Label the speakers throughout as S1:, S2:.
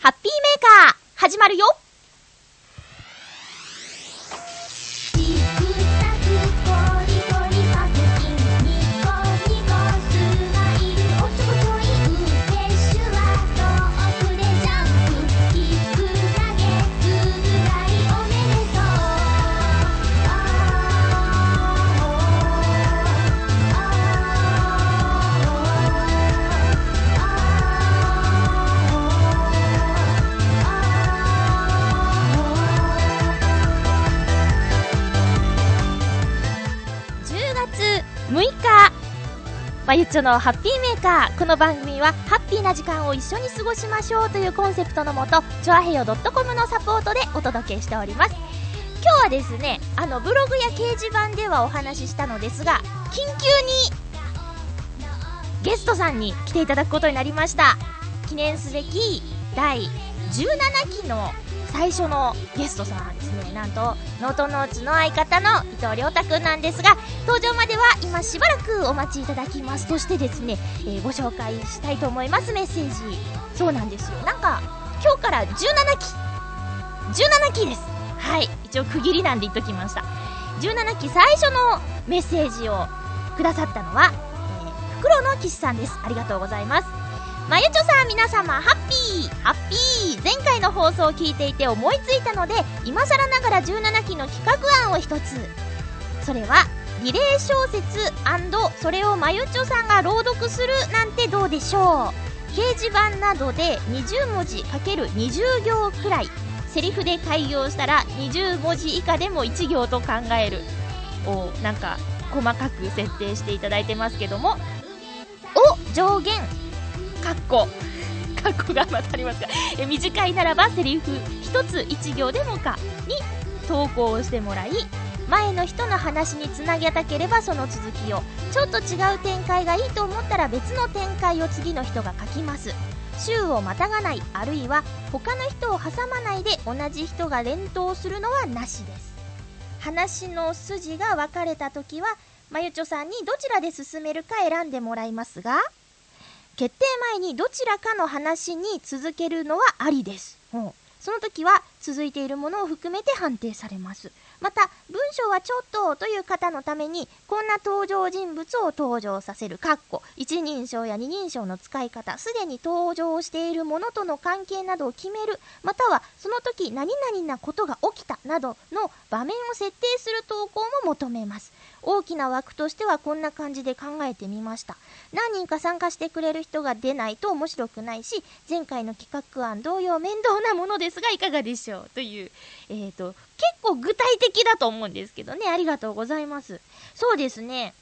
S1: ハッピーメーカー始まるよ
S2: 「チクタクコリコリパズキン」「ニコニコスマイル」「おっちょこちょいウケシュワ遠くでジャンプ」「ひっくらげつぶがりおめでとう」「
S1: 10月6日まゆっちょのハッピーメーカーこの番組はハッピーな時間を一緒に過ごしましょうというコンセプトのもとチョアヘヨ .com のサポートでお届けしております今日はですねあのブログや掲示板ではお話ししたのですが緊急にゲストさんに来ていただくことになりました記念すべき第17期の最初のゲストさんはですねなんとノートノーツの相方の伊藤亮太くんなんですが登場までは今しばらくお待ちいただきますとしてですね、えーご紹介したいと思いますメッセージそうなんですよなんか今日から17期17期ですはい一応区切りなんで言っときました17期最初のメッセージをくださったのは、えー、袋の騎士さんですありがとうございますまゆちょさん皆様ハッピーハッピー前回の放送を聞いていて思いついたので今更ながら17期の企画案を一つそれはリレー小説それをまゆちょさんが朗読するなんてどうでしょう掲示板などで20文字 ×20 行くらいセリフで開業したら20文字以下でも1行と考えるをなんか細かく設定していただいてますけどもを上限かっ こかっこがまたありますがえ短いならばセリフ1つ1行でもかに投稿をしてもらい前の人の話につなげたければその続きをちょっと違う展開がいいと思ったら別の展開を次の人が書きます週をまたがないあるいは他の人を挟まないで同じ人が連投するのはなしです話の筋が分かれた時はまゆちょさんにどちらで進めるか選んでもらいますが決定前にどちらかの話に続けるのはありです、うんその時は続いているものを含めて判定されますまた文章はちょっとという方のためにこんな登場人物を登場させる括弧一人称や二人称の使い方すでに登場しているものとの関係などを決めるまたはその時何々なことが起きたなどの場面を設定する投稿も求めます大きな枠としてはこんな感じで考えてみました何人か参加してくれる人が出ないと面白くないし前回の企画案同様面倒なものですがいかがでしょうという、えー、と結構具体的だと思うんですけどねありがとうございますそうですね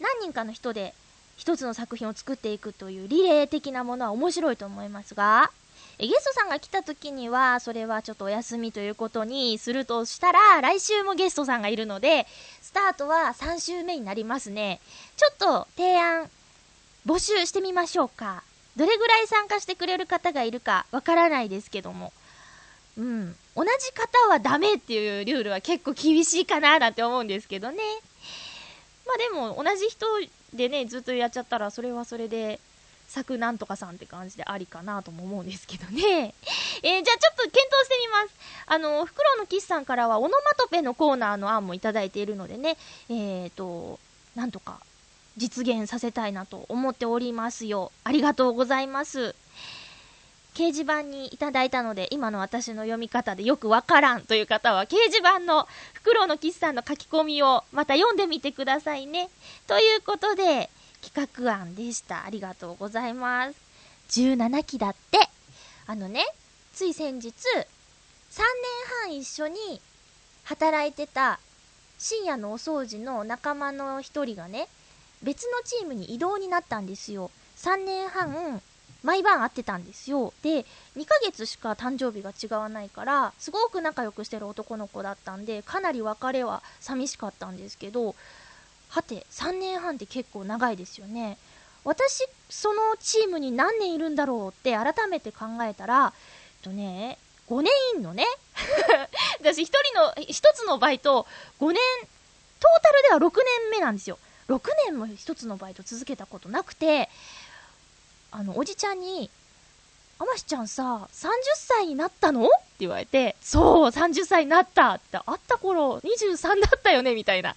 S1: 何人かの人で一つの作品を作っていくというリレー的なものは面白いと思いますがえゲストさんが来た時にはそれはちょっとお休みということにするとしたら来週もゲストさんがいるのでスタートは3週目になりますねちょっと提案募集してみましょうかどれぐらい参加してくれる方がいるかわからないですけどもうん同じ方はダメっていうルールは結構厳しいかななんて思うんですけどねまあでも同じ人でねずっとやっちゃったらそれはそれで作なんとかさんって感じでありかなとも思うんですけどね、えーじゃあちょっと検討してみますあのフクロウの岸さんからはオノマトペのコーナーの案もいただいているのでねえーとなんとか実現させたいなと思っておりますよありがとうございます掲示板にいただいたので今の私の読み方でよくわからんという方は掲示板のフクロウの岸さんの書き込みをまた読んでみてくださいねということで企画案でしたありがとうございます17期だってあのねつい先日3年半一緒に働いてた深夜のお掃除の仲間の一人がね別のチームに異動になったんですよ3年半毎晩会ってたんですよで2ヶ月しか誕生日が違わないからすごく仲良くしてる男の子だったんでかなり別れは寂しかったんですけどはて3年半って結構長いですよね私そのチームに何年いるんだろうって改めて考えたらえっとね5年いんのね 私1人の1つのバイト5年トータルでは6年目なんですよ6年も1つのバイト続けたことなくてあのおじちゃんにあましちゃんさ、30歳になったのって言われて、そう、30歳になったって、会った頃、23だったよねみたいな。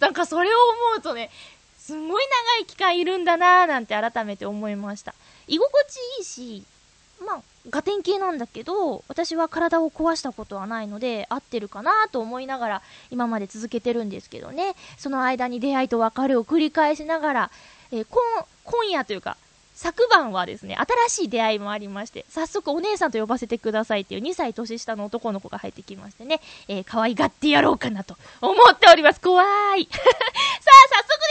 S1: なんかそれを思うとね、すごい長い期間いるんだなぁなんて改めて思いました。居心地いいし、まあ、ガテン系なんだけど、私は体を壊したことはないので、合ってるかなと思いながら、今まで続けてるんですけどね、その間に出会いと別れを繰り返しながら、えー今、今夜というか、昨晩はですね、新しい出会いもありまして、早速お姉さんと呼ばせてくださいっていう2歳年下の男の子が入ってきましてね、えー可愛がってやろうかなと思っております。怖い。 さあ、早速で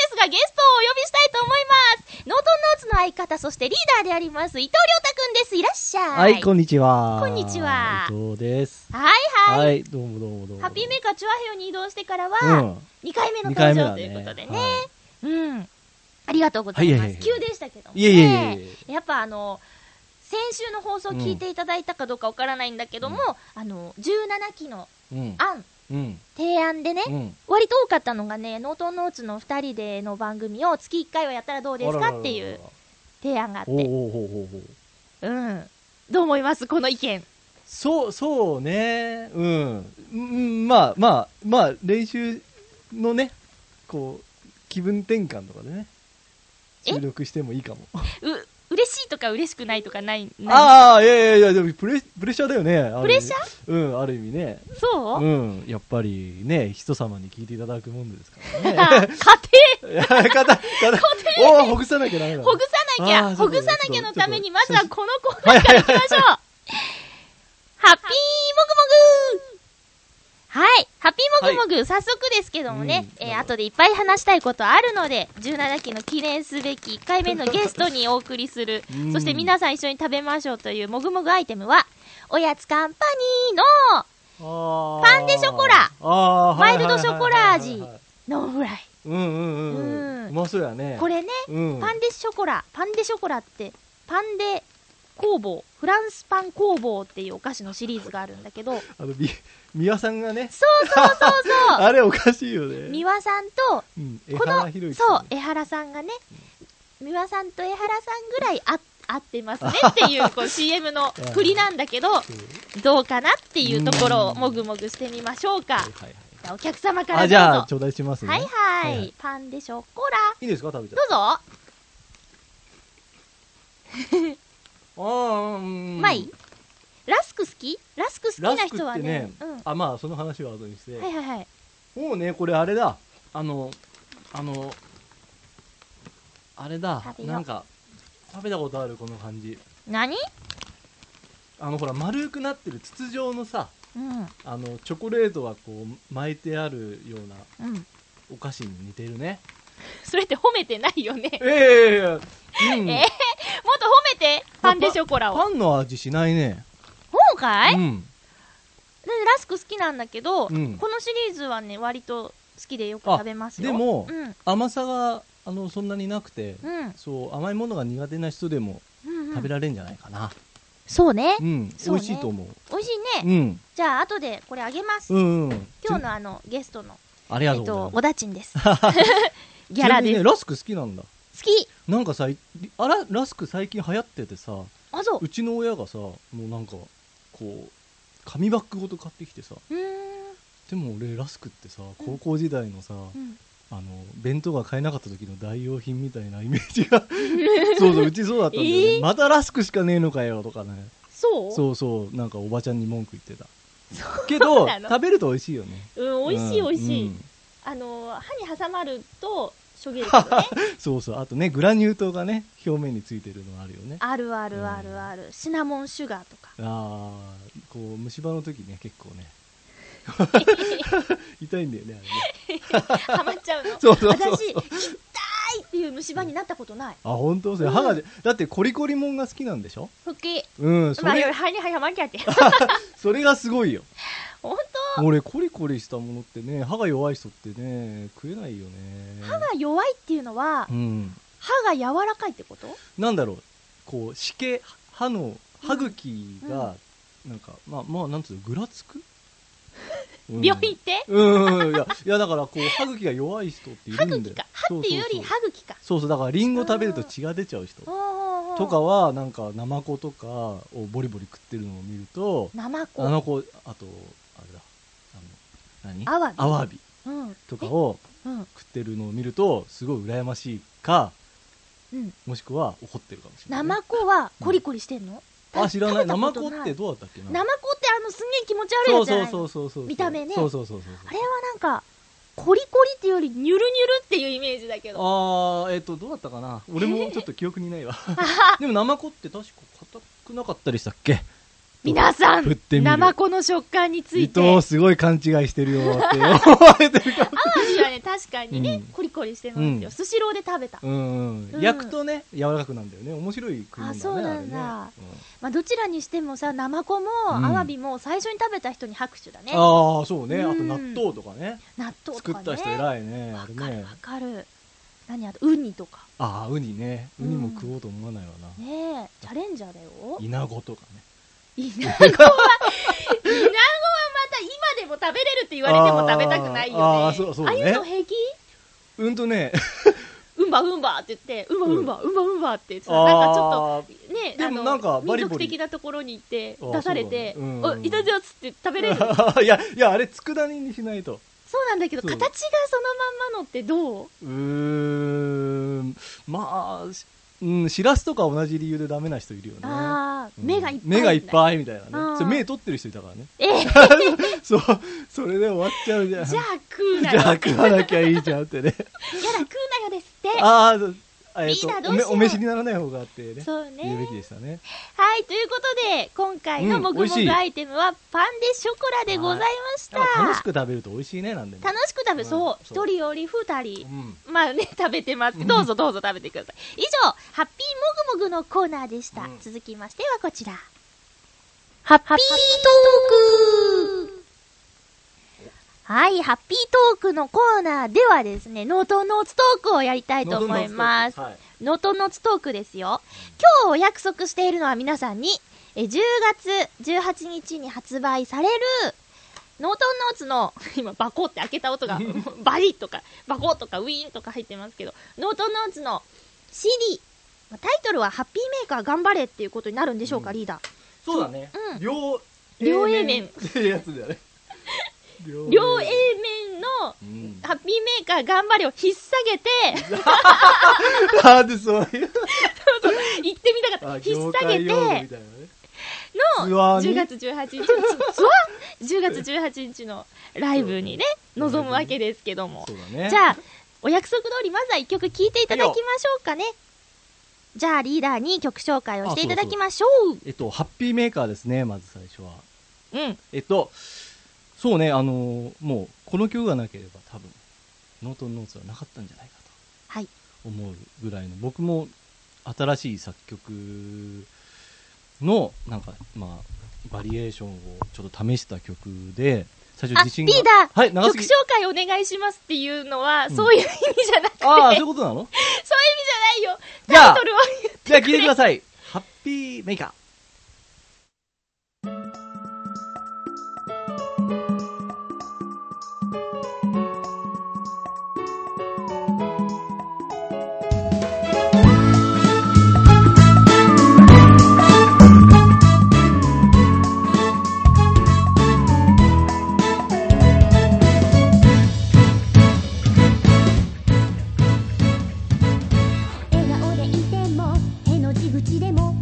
S1: すが、ゲストをお呼びしたいと思います。ノートンノーツの相方、そしてリーダーであります、伊藤亮太くんです。いらっしゃ。
S3: はいい、こんにちは。
S1: こんにちは
S3: 伊藤です。
S1: はいはい。
S3: はい、どうもどうもどうも。
S1: ハッピーメーカーチュアヘヨに移動してから
S3: う
S1: は
S3: ん、
S1: 2回目の登
S3: 二回目
S1: 場
S3: だ
S1: ということでね。
S3: は
S1: うん。ありがとうございます。
S3: はいいやいやいや
S1: 急でしたけども、ね。
S3: いやいやいやい
S1: やっぱあの、先週の放送聞いていただいたかどうかわからないんだけども、あの、17期の
S3: いうん。
S1: 案、
S3: うん。
S1: 提案でね、
S3: うん。
S1: 割と多かったのがね、ノートンノーツの2人での番組を月1回はやったらどうですかっていう提案があっ
S3: おおお
S1: て。
S3: おおお。
S1: うん。どう思いますこの意見。
S3: そう、そうね。うん。うん、まあまあ、まあ、練習のね、こう、気分転換とかでね、
S1: え
S3: 収録してもいいかも。
S1: う、嬉しいとか嬉しくないとかない、ない
S3: ああ、いやいやいや、でもプレプレッシャーだよね。
S1: プレッシ
S3: ャーうん、ある意味ね。
S1: そう、
S3: うん、やっぱりね、人様に聞いていただくもんですからね。
S1: 家 庭、
S3: いや肩、肩、おーほぐさなきゃダメだ。
S1: ほぐさなき
S3: あ
S1: ゃ、
S3: ー
S1: ほぐさなきゃのために、
S3: ちょ
S1: ま
S3: っ
S1: ず
S3: と
S1: はこのコーナーからいきましょう。ハッピーもぐもぐはい。ハッピーもぐもぐ、早速ですけどもね、
S3: うん
S1: えー後でいっぱい話したいことあるので、17期の記念すべき1回目のゲストにお送りする、
S3: うん
S1: そして皆さん一緒に食べましょうというもぐもぐアイテムは、おやつカンパニーの
S3: あー
S1: パンデショコラ
S3: あー
S1: マイルドショコラ味
S3: はいはいはいはい
S1: ノンフライ。
S3: うんうんうん
S1: う
S3: うんん。うまそうやね。
S1: こ、れね、
S3: うん。
S1: パンデショコラ、パンデショコラって、パンデ工房、フランスパン工房っていうお菓子のシリーズがあるんだけど、
S3: あの、み、みわさんがね、
S1: そうそうそうそ
S3: あれおかしいよ
S1: う、
S3: ね。
S1: 美輪さんと、
S3: うん、江
S1: この
S3: 原、博之
S1: そ
S3: さ、
S1: うん江原さんがね、美輪さんと江原さんぐらいあ合ってますねって いうこう CM の振りなんだけど、
S3: そう。
S1: どうかなっていうところを
S3: うん
S1: もぐもぐしてみましょうか
S3: はい。はい
S1: じゃあお客様から
S3: はい。
S1: ど
S3: あ、
S1: う
S3: じ
S1: ぞ。
S3: ゃあ、頂戴しますね。
S1: はいはい、
S3: はいはい
S1: パンデショコラ、
S3: いいですか食べちゃ
S1: どうぞ、
S3: う。ああ、うん。
S1: うまいラスク好きラスク好き
S3: ラ
S1: な
S3: スク
S1: 人
S3: っ
S1: は
S3: て
S1: ね
S3: ね、
S1: うん、
S3: あ、まあ、その話は後にして。
S1: はいはいはい。
S3: もうね、これあれだ。あの、あの、あれだ
S1: 食。べよう
S3: なんか、食べたことある、この感じ。
S1: 何
S3: あの、ほら、丸くなってる筒状のさ、
S1: うん。
S3: あの、チョコレートがこう、巻いてあるような
S1: うん。
S3: お菓子に似てるね。
S1: それって 褒めてないよね。もっと
S3: ええうん。
S1: え褒めてパンデショコラを。
S3: パンの味しないね。
S1: そうかい、
S3: う
S1: で
S3: ん。
S1: ラスク好きなんだけど、
S3: うん
S1: このシリーズはね、割と好きでよく食べますよ。
S3: あでも
S1: うん。
S3: 甘さが、あの、そんなになくて、
S1: うん。
S3: そう、甘いものが苦手な人でも
S1: うんうん
S3: 食べられるんじゃないかな。
S1: そうね
S3: う。ん。美
S1: そうね
S3: 味しいと思う。
S1: 美味しいね。
S3: うん。
S1: じゃあ、後でこれあげます。
S3: うんうん。
S1: 今日のあの、ゲストの、
S3: あり
S1: え
S3: がと
S1: っ
S3: うござい
S1: と
S3: ま、す
S1: 小。田ん です。ギャラ
S3: ちなみに
S1: です。
S3: ね、ラスク好きなんだ
S1: 好き
S3: なんかさいあらラスク最近流行っててさ
S1: あ、そう。
S3: うちの親がさもうなんかこう紙バッグごと買ってきてさ
S1: うーん。
S3: でも俺ラスクってさ高校時代のさ、
S1: うん
S3: あの弁当が買えなかった時の代用品みたいなイメージ がそうそううちそうだったんだよね、
S1: えー
S3: またラスクしかねえのかよとかね
S1: そう
S3: そうそうなんかおばちゃんに文句言ってた
S1: そう
S3: けど
S1: なの
S3: 食べると美味しいよね
S1: うん、美味しい
S3: うん
S1: 美味しい。
S3: うん
S1: あの、歯に挟まると、しょげるけ どね。
S3: そうそうあとねグラニュー糖がね表面についてるのがあるよね
S1: あるあるあるある、シナモンシュガーとか
S3: あーこう虫歯の時ね結 構ね痛いんだよねあれね
S1: ハマっちゃうの
S3: そうそうそう
S1: 私痛いっていう虫歯になったことない
S3: あ本当それ歯がでだってコリコリもんが好きなんでしょ
S1: 腹筋
S3: うんそ
S1: まあ
S3: れ
S1: 歯にはまっちゃって
S3: それがすごいよ
S1: 本
S3: 俺コリコリしたものってね歯が弱い人ってね食えないよね
S1: 当歯が弱いっていうのは
S3: うん
S1: 歯が柔らかいってこと
S3: なんだろうこう歯形歯の歯茎が、なんかまあまあなんつうのぐら つく、うん
S1: 病院って
S3: うんいやいやだからこう歯茎が弱い人っている
S1: 歯
S3: んだよ
S1: 茎か歯っていうより
S3: そうそうそう
S1: 歯茎か
S3: そうそう、だからリンゴ食べると血が出ちゃう人。
S1: ほうほうほう
S3: とかはなんかナマコとかをボリボリ食ってるのを見ると
S1: 生子
S3: ナマコあとあれだあの何
S1: アワビ
S3: アワビ
S1: うん
S3: とかを
S1: えうん
S3: 食ってるのを見るとすごい羨ましいか
S1: うん
S3: もしくは怒ってるかもしれないね、
S1: 生子はコリコリしてんの
S3: あ知らないナマコ
S1: 生
S3: ってどうだったっけな
S1: ナマコってあのすんげえ気持ち悪い
S3: そ
S1: や
S3: う
S1: つじゃ
S3: そ
S1: な
S3: う
S1: い
S3: そうそうそう
S1: 見た目ね
S3: そうそうそうそう
S1: あれはなんかコリコリっていうよりニュルニュルっていうイメージだけど
S3: あーえっ、とどうだったかな俺もちょっと記憶に ないわでもナマコって確か硬くなかったでしたっけ
S1: 皆さ
S3: 振っ
S1: ん
S3: てみる
S1: ナマコの食感について
S3: 伊藤すごい勘違いしてるよって 思われてるかも
S1: アワビはね確かにね、
S3: うん
S1: コリコリしてますよ
S3: うん
S1: スシローで食べた、
S3: うん、
S1: う
S3: うんん、焼くとね柔らかくなるんだよね面白い食い物だね
S1: あそうなんだ
S3: あれね
S1: まあ、どちらにしてもさナマコも
S3: うん
S1: アワビも最初に食べた人に拍手だね、
S3: うんあーそうね、
S1: うん
S3: あと納豆とかね
S1: 納豆と
S3: 作
S1: か
S3: っ
S1: ね
S3: た人偉いね
S1: わ
S3: あれ
S1: かる
S3: ね
S1: わかる何あとウニとか
S3: ああウニねウニも
S1: うん
S3: 食おうと思わないわな、
S1: ねえチャレンジャーだよ
S3: イナゴとかね
S1: イナゴはイナゴはまた今でも食べれるって言われても食べたくないよね
S3: あーあーそうそうね
S1: あいうの平気
S3: うんとね
S1: うんばうんばって言ってうんばうんば、うんばうんばって言ってさ
S3: あー
S1: なんかちょっとね
S3: でも
S1: あの
S3: なんかバリ
S1: 民
S3: バリ
S1: 族的なところに行って
S3: あー
S1: 出されて「
S3: そうだね
S1: お
S3: うん
S1: いたじゃっつって食べれる
S3: いやいやあれ佃煮にしないと
S1: そうなんだけど
S3: そう
S1: 形がそのまんまのってどう
S3: うーんまあしうん、しらすとか同じ理由でダメな人いるよね。
S1: あー
S3: うん
S1: 目がいっぱい
S3: 目がいっぱいみたい
S1: あ
S3: な
S1: ー
S3: ね。それ目取ってる人いたからね。
S1: えー
S3: そう、それで終わっちゃうじゃん。
S1: じゃあ食うな
S3: じ
S1: よ。
S3: ゃあ
S1: やだ、
S3: 食わなきゃいいじゃんってね。
S1: 食うなよですって。
S3: あーあ、えっ、
S1: リーダーど
S3: と
S1: う
S3: お
S1: し
S3: め、
S1: よう
S3: お召しにならない方があってね。
S1: そう
S3: 言うべ
S1: ね
S3: き。でしたね。
S1: はい、ということで、今回の
S3: うん
S1: もぐ
S3: 美
S1: も
S3: 味しい
S1: ぐアイテムは、パンデショコラでございました。
S3: やっぱ楽しく食べると美味しいね、なんでも。
S1: 楽しく食べ、そう。
S3: うん
S1: 一
S3: そう
S1: 人より二人。
S3: うん。
S1: まあね、食べてます。どうぞどうぞ食べてください。以上、ハッピーもぐもぐのコーナーでした。
S3: うん
S1: 続きましてはこちら。ハッピートークはい、ハッピートークのコーナーではですね、ノートノーツトークをやりたいと思います。
S3: はい。
S1: ノートノーツトークですよ。今日お約束しているのは皆さんに、え10月18日に発売される、ノートノーツの、 今バコって開けた音 が、バリッとか、バコとかウィーンとか入ってますけど、ノートノーツの CD、まあタイトルはハッピーメーカー頑張れっていうことになるんでしょうか、
S3: うん
S1: リーダー。
S3: そうだね。
S1: うん
S3: 両、
S1: 両 A 面
S3: ってやつだよね。両 A
S1: 両 A 面の、
S3: うん
S1: ハッピーメーカー頑張れを引っ提げ て、
S3: なんでそういう。
S1: 言ってみたか
S3: あ
S1: った。引っ
S3: 業
S1: 提
S3: 界
S1: げ
S3: 用語
S1: て
S3: み、たいなね。ツ
S1: の
S3: アーに
S1: 10月18日の、 ツアー ?10 月18日のライブにね、
S3: そう
S1: 臨むわけですけども
S3: そ。うだね。
S1: じゃあ、お約束通りまずは一曲聴いていただきましょうかね。じゃあ、リーダーに曲紹介をしていただきましょう。
S3: えっと、ハッピーメーカーですね、まず最初は。
S1: うん。
S3: えっと、そうね、あのーもう、この曲がなければ多分、ノートンノーツはなかったんじゃないか
S1: はい。
S3: と思うぐらいの、僕も新しい作曲の、なんか、まあ、バリエーションをちょっと試した曲で、最
S1: あ、
S3: 初
S1: リ
S3: 自
S1: ー
S3: 信が。
S1: ダー、
S3: はい、長
S1: 曲
S3: すぎ
S1: 紹。介お願いしますっていうのは、
S3: うん
S1: そういう意味じゃなくて、
S3: ああ、そう
S1: そうういう意
S3: い
S1: 味
S3: ことなの
S1: じゃないよ。
S3: じゃ
S1: タイ
S3: あ
S1: ト、ルを言って。
S3: じゃあ聞いてください。ハッピーメーカー。
S2: 笑顔でいても手の地口でも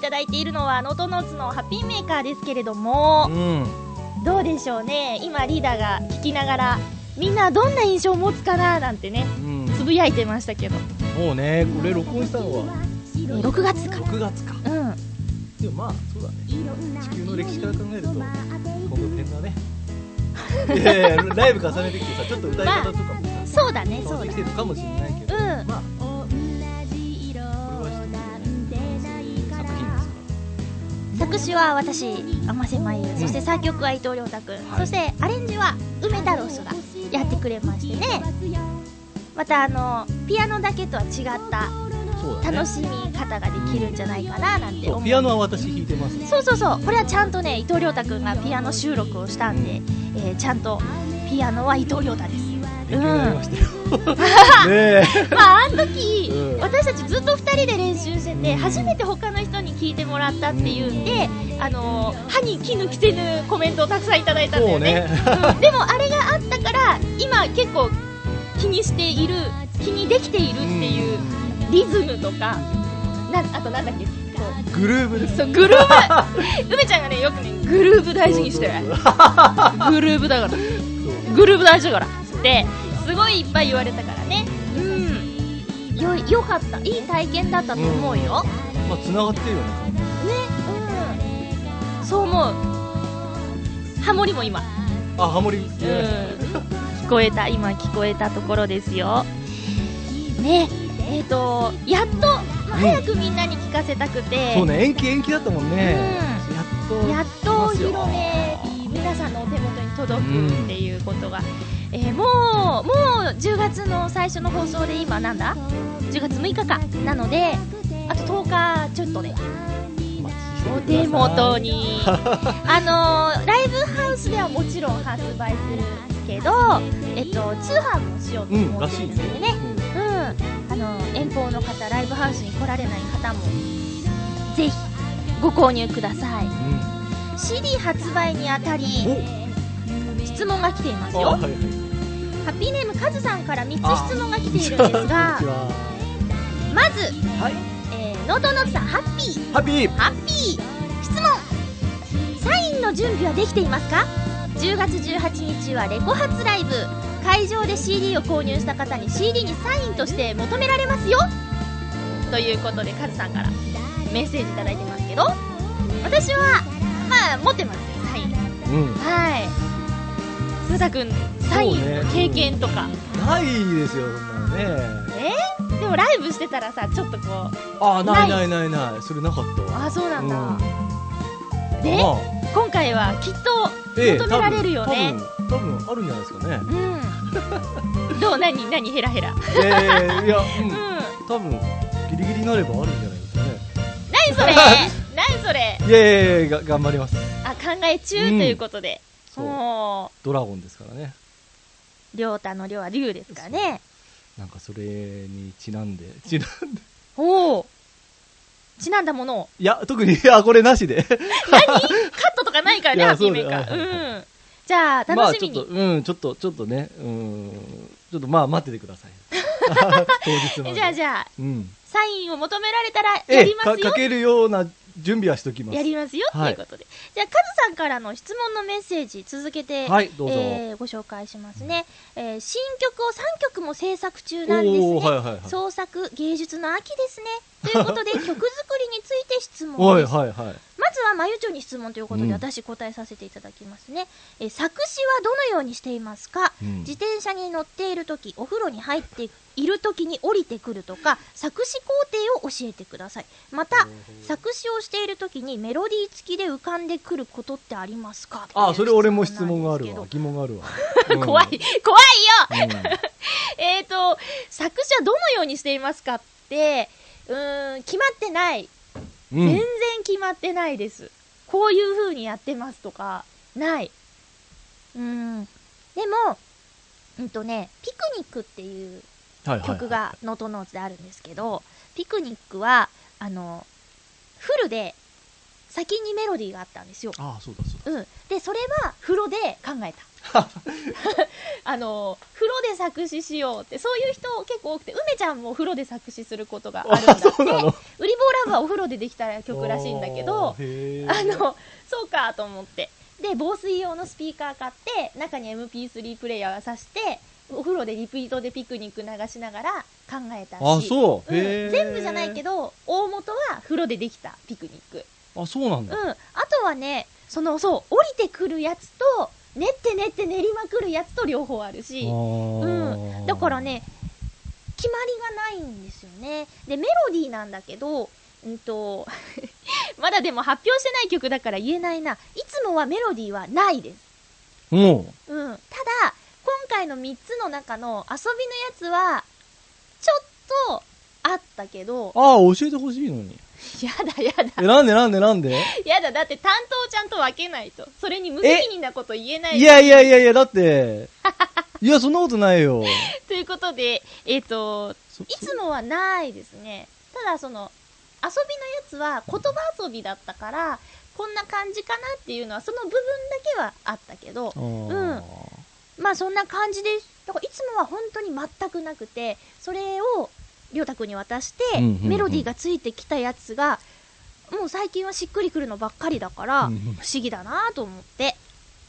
S1: ただいているのはノートノーツのハッピーメーカーですけれども
S3: うん
S1: どうでしょうね今リーダーが聞きながらみんなどんな印象を持つかななんてね
S3: うん
S1: つぶやいてましたけど
S3: もうねこれ録音したのは
S1: 6月か
S3: 6月か
S1: うん
S3: でもまあそうだね地球の歴史から考えると今後点だ ねいやいやライブ重ねてきてさちょっと歌い方とかもさ
S1: そうだね
S3: 変
S1: そ
S3: わっ
S1: う
S3: て
S1: だ
S3: きてるかもしれないけど、
S1: うん
S3: まあこれは一つのね作品ですから
S1: 作詞は私天瀬真
S3: ん
S1: 由そして作曲は伊藤亮太君、
S3: は
S1: そ
S3: い
S1: してアレンジは梅太郎氏がやってくれましてねまたあのピアノだけとは違っ
S3: そうだ
S1: た
S3: ね
S1: 楽しみ方ができるんじゃないかななんて
S3: そ
S1: 思
S3: う
S1: う
S3: ピアノは私弾いてます
S1: そうそうそうこれはちゃんとね伊藤亮太君がピアノ収録をしたんで、えーちゃんとピアノは伊藤亮太です
S3: 勉強になりましたよねえ
S1: まああの時、
S3: うん
S1: 私たちずっと2人で練習してて、
S3: うん
S1: 初めて他の人に聞いてもらったっていうんで、あの歯に衣着せぬコメントをたくさんいただいたんだ
S3: そ
S1: よ
S3: う
S1: ね
S3: ね
S1: うんでもあれがあったから今結構気にしている気にできているっていうリズムとかなあとなんだっけこ
S3: グルーブで
S1: う
S3: す
S1: そうグルー ブ梅ちゃんがねよくねグルーブ大事にしてる
S3: そう
S1: グルーブだからグルーブ大事だからってすごいいっぱい言われたからねうんよよかったいい体験だったと思うよ、
S3: まあ繋がってるよね
S1: ねうんそう思うハモリも今、
S3: あハモリ、
S1: うん、聞こえた今聞こえたところですよねえっ、とやっと、まあ
S3: うん
S1: 早くみんなに聞かせたくて、
S3: そうね延期延期だったもんね、やっと
S1: やっとお披露目皆さんのお手元に届くっていうことが、えーもうもう10月の最初の放送で今なんだ10月6日かなのであと10日ちょっとでお手元 にあのーライブハウスではもちろん発売するけど、えっと、通販もしようと
S3: うん
S1: 思
S3: ら
S1: って
S3: し
S1: る
S3: い
S1: ん
S3: ね
S1: ですよね、うん、あの遠方の方ライブハウスに来られない方もぜひご購入ください
S3: うん
S1: CD 発売にあたり
S3: お
S1: 質問が来ています
S3: あ
S1: よ
S3: はいはい
S1: ハッピーネームカズさんから3
S3: あ
S1: つ質問が来ているん
S3: こん
S1: で
S3: に
S1: す
S3: ち
S1: が
S3: は
S1: まず、
S3: はい
S1: えー、ノートノートさんハッピー
S3: ハッピー
S1: ハッピー質問サインの準備はできていますか10月18日はレコ発ライブ会場で CD を購入した方に CD にサインとして求められますよということでカズさんからメッセージいただいてますけど私はまあ持ってますよサイン
S3: うん
S1: はい。ふうたくん、サインの経験とか。
S3: ないですよそんなのね
S1: えでもライブしてたらさ、ちょっとこう、
S3: あ
S1: な
S3: ないいないないないそれなかったわ
S1: ああ、そうなんだ。
S3: うん
S1: で
S3: まあ
S1: 今回はきっと、
S3: ええ
S1: 求められるよね
S3: 多分多分多分あるんじゃないです かね
S1: うん。 どう何何ヘラヘラ。
S3: ええいや、う
S1: うんん。何
S3: 多分ギリギリになればあるんじゃないです
S1: そ
S3: かね
S1: れ何それ
S3: いやいやいやが頑張ります
S1: あ、考え中ということで。
S3: そう
S1: も
S3: ドラゴンですからね
S1: う、りょうたのりょうはりゅうですからね。
S3: なんかそれにちなんでちなん で
S1: おお。ちなんだものを。
S3: いや特にいやこれなしで
S1: カットとかないからね、
S3: いや
S1: ハッピーメーカ
S3: そうだよはい
S1: ー。うん。じゃあ、
S3: まあ
S1: 楽し
S3: ちょ
S1: み
S3: っと
S1: に。
S3: うんちょっとちょっとねうんちょっとまあ待っててくだ さい当日ま
S1: え
S3: で
S1: じゃあじゃあ、
S3: うん
S1: サインを求められたら
S3: え
S1: や
S3: え
S1: りますよ
S3: かかけるような準備はしときます
S1: やりますよと
S3: はいいう
S1: ことで、じゃあカズさんからの質問のメッセージ続けて、
S3: はいどうぞ、
S1: えーご紹介しますね、えー新曲を3曲も制作中なんですね、
S3: おーはいはいはい
S1: 創作芸術の秋ですねという ことで曲作りについて質問
S3: は
S1: で
S3: い
S1: す
S3: はいはい
S1: まずはまゆちょに質問ということで、
S3: うん
S1: 私答えさせていただきますね、えー作詞はどのようにしていますか、
S3: うん
S1: 自転車に乗っている時お風呂に入っている時に降りてくるとか作詞工程を教えてくださいまた作詞をしている時にメロディー付きで浮かんでくることってありますか
S3: あ
S1: という
S3: それ俺も質問があ
S1: 質
S3: る
S1: なん
S3: わ
S1: です
S3: 疑問が あるわ、
S1: けど怖い怖いよ、
S3: うん、
S1: えっ、と作詞はどのようにしていますかってうーん決まってない
S3: うん
S1: 全然決まってないです。こういう風にやってますとか、ない。うん。でも、うんとね、ピクニックっていう
S3: はいはい
S1: 曲がノートノーツであるんですけど、ピクニックは、あの、フルで先にメロディーがあったんですよ。
S3: ああそうだそう
S1: うん。で、それは風呂で考えた。 あの風呂で作詞しようってそういう人結構多くて梅ちゃんも風呂で作詞することがあるんだって「ウ
S3: そう
S1: リボ
S3: な
S1: ー
S3: の
S1: ラブ」はお風呂でできた曲らしいんだけど
S3: あーへー
S1: あのそうかと思ってで防水用のスピーカー買って中に MP3 プレイヤー挿してお風呂でリピートでピクニック流しながら考えたし
S3: あそうう、
S1: ん
S3: へー
S1: 全部じゃないけど大元は風呂でできたピクニック
S3: あそうなんだ、
S1: うん、あとはね、そのそう降りてくるやつと、練って練って練りまくるやつと両方あるし、うん、だからね、決まりがないんですよね。で、メロディーなんだけど、うんと まだでも発表してない曲だから言えないな、いつもはメロディーはないです。
S3: も
S1: うん、ただ、今回の3つの中の遊びのやつは、ちょっとあったけど
S3: う、ああ教えてほしいのに
S1: やだやだ
S3: え。なんでなんでなんで
S1: やだ、だって担当ちゃんと分けないと。それに無責任なこと言えない
S3: いやいやいやいやだって いやそんなことないよ
S1: ということで、えっ、と、
S3: そ
S1: いつもはないですね。ただ、その、遊びのやつは言葉遊びだったから、こんな感じかなっていうのは、その部分だけはあったけど
S3: あ、ー
S1: うんまあそんな感じです。だからいつもは本当に全くなくて、それを、りょうたくんに渡して、
S3: うんうんうん
S1: メロディーがついてきたやつが、もう最近はしっくりくるのばっかりだから、
S3: うんうん
S1: 不思議だなと思って、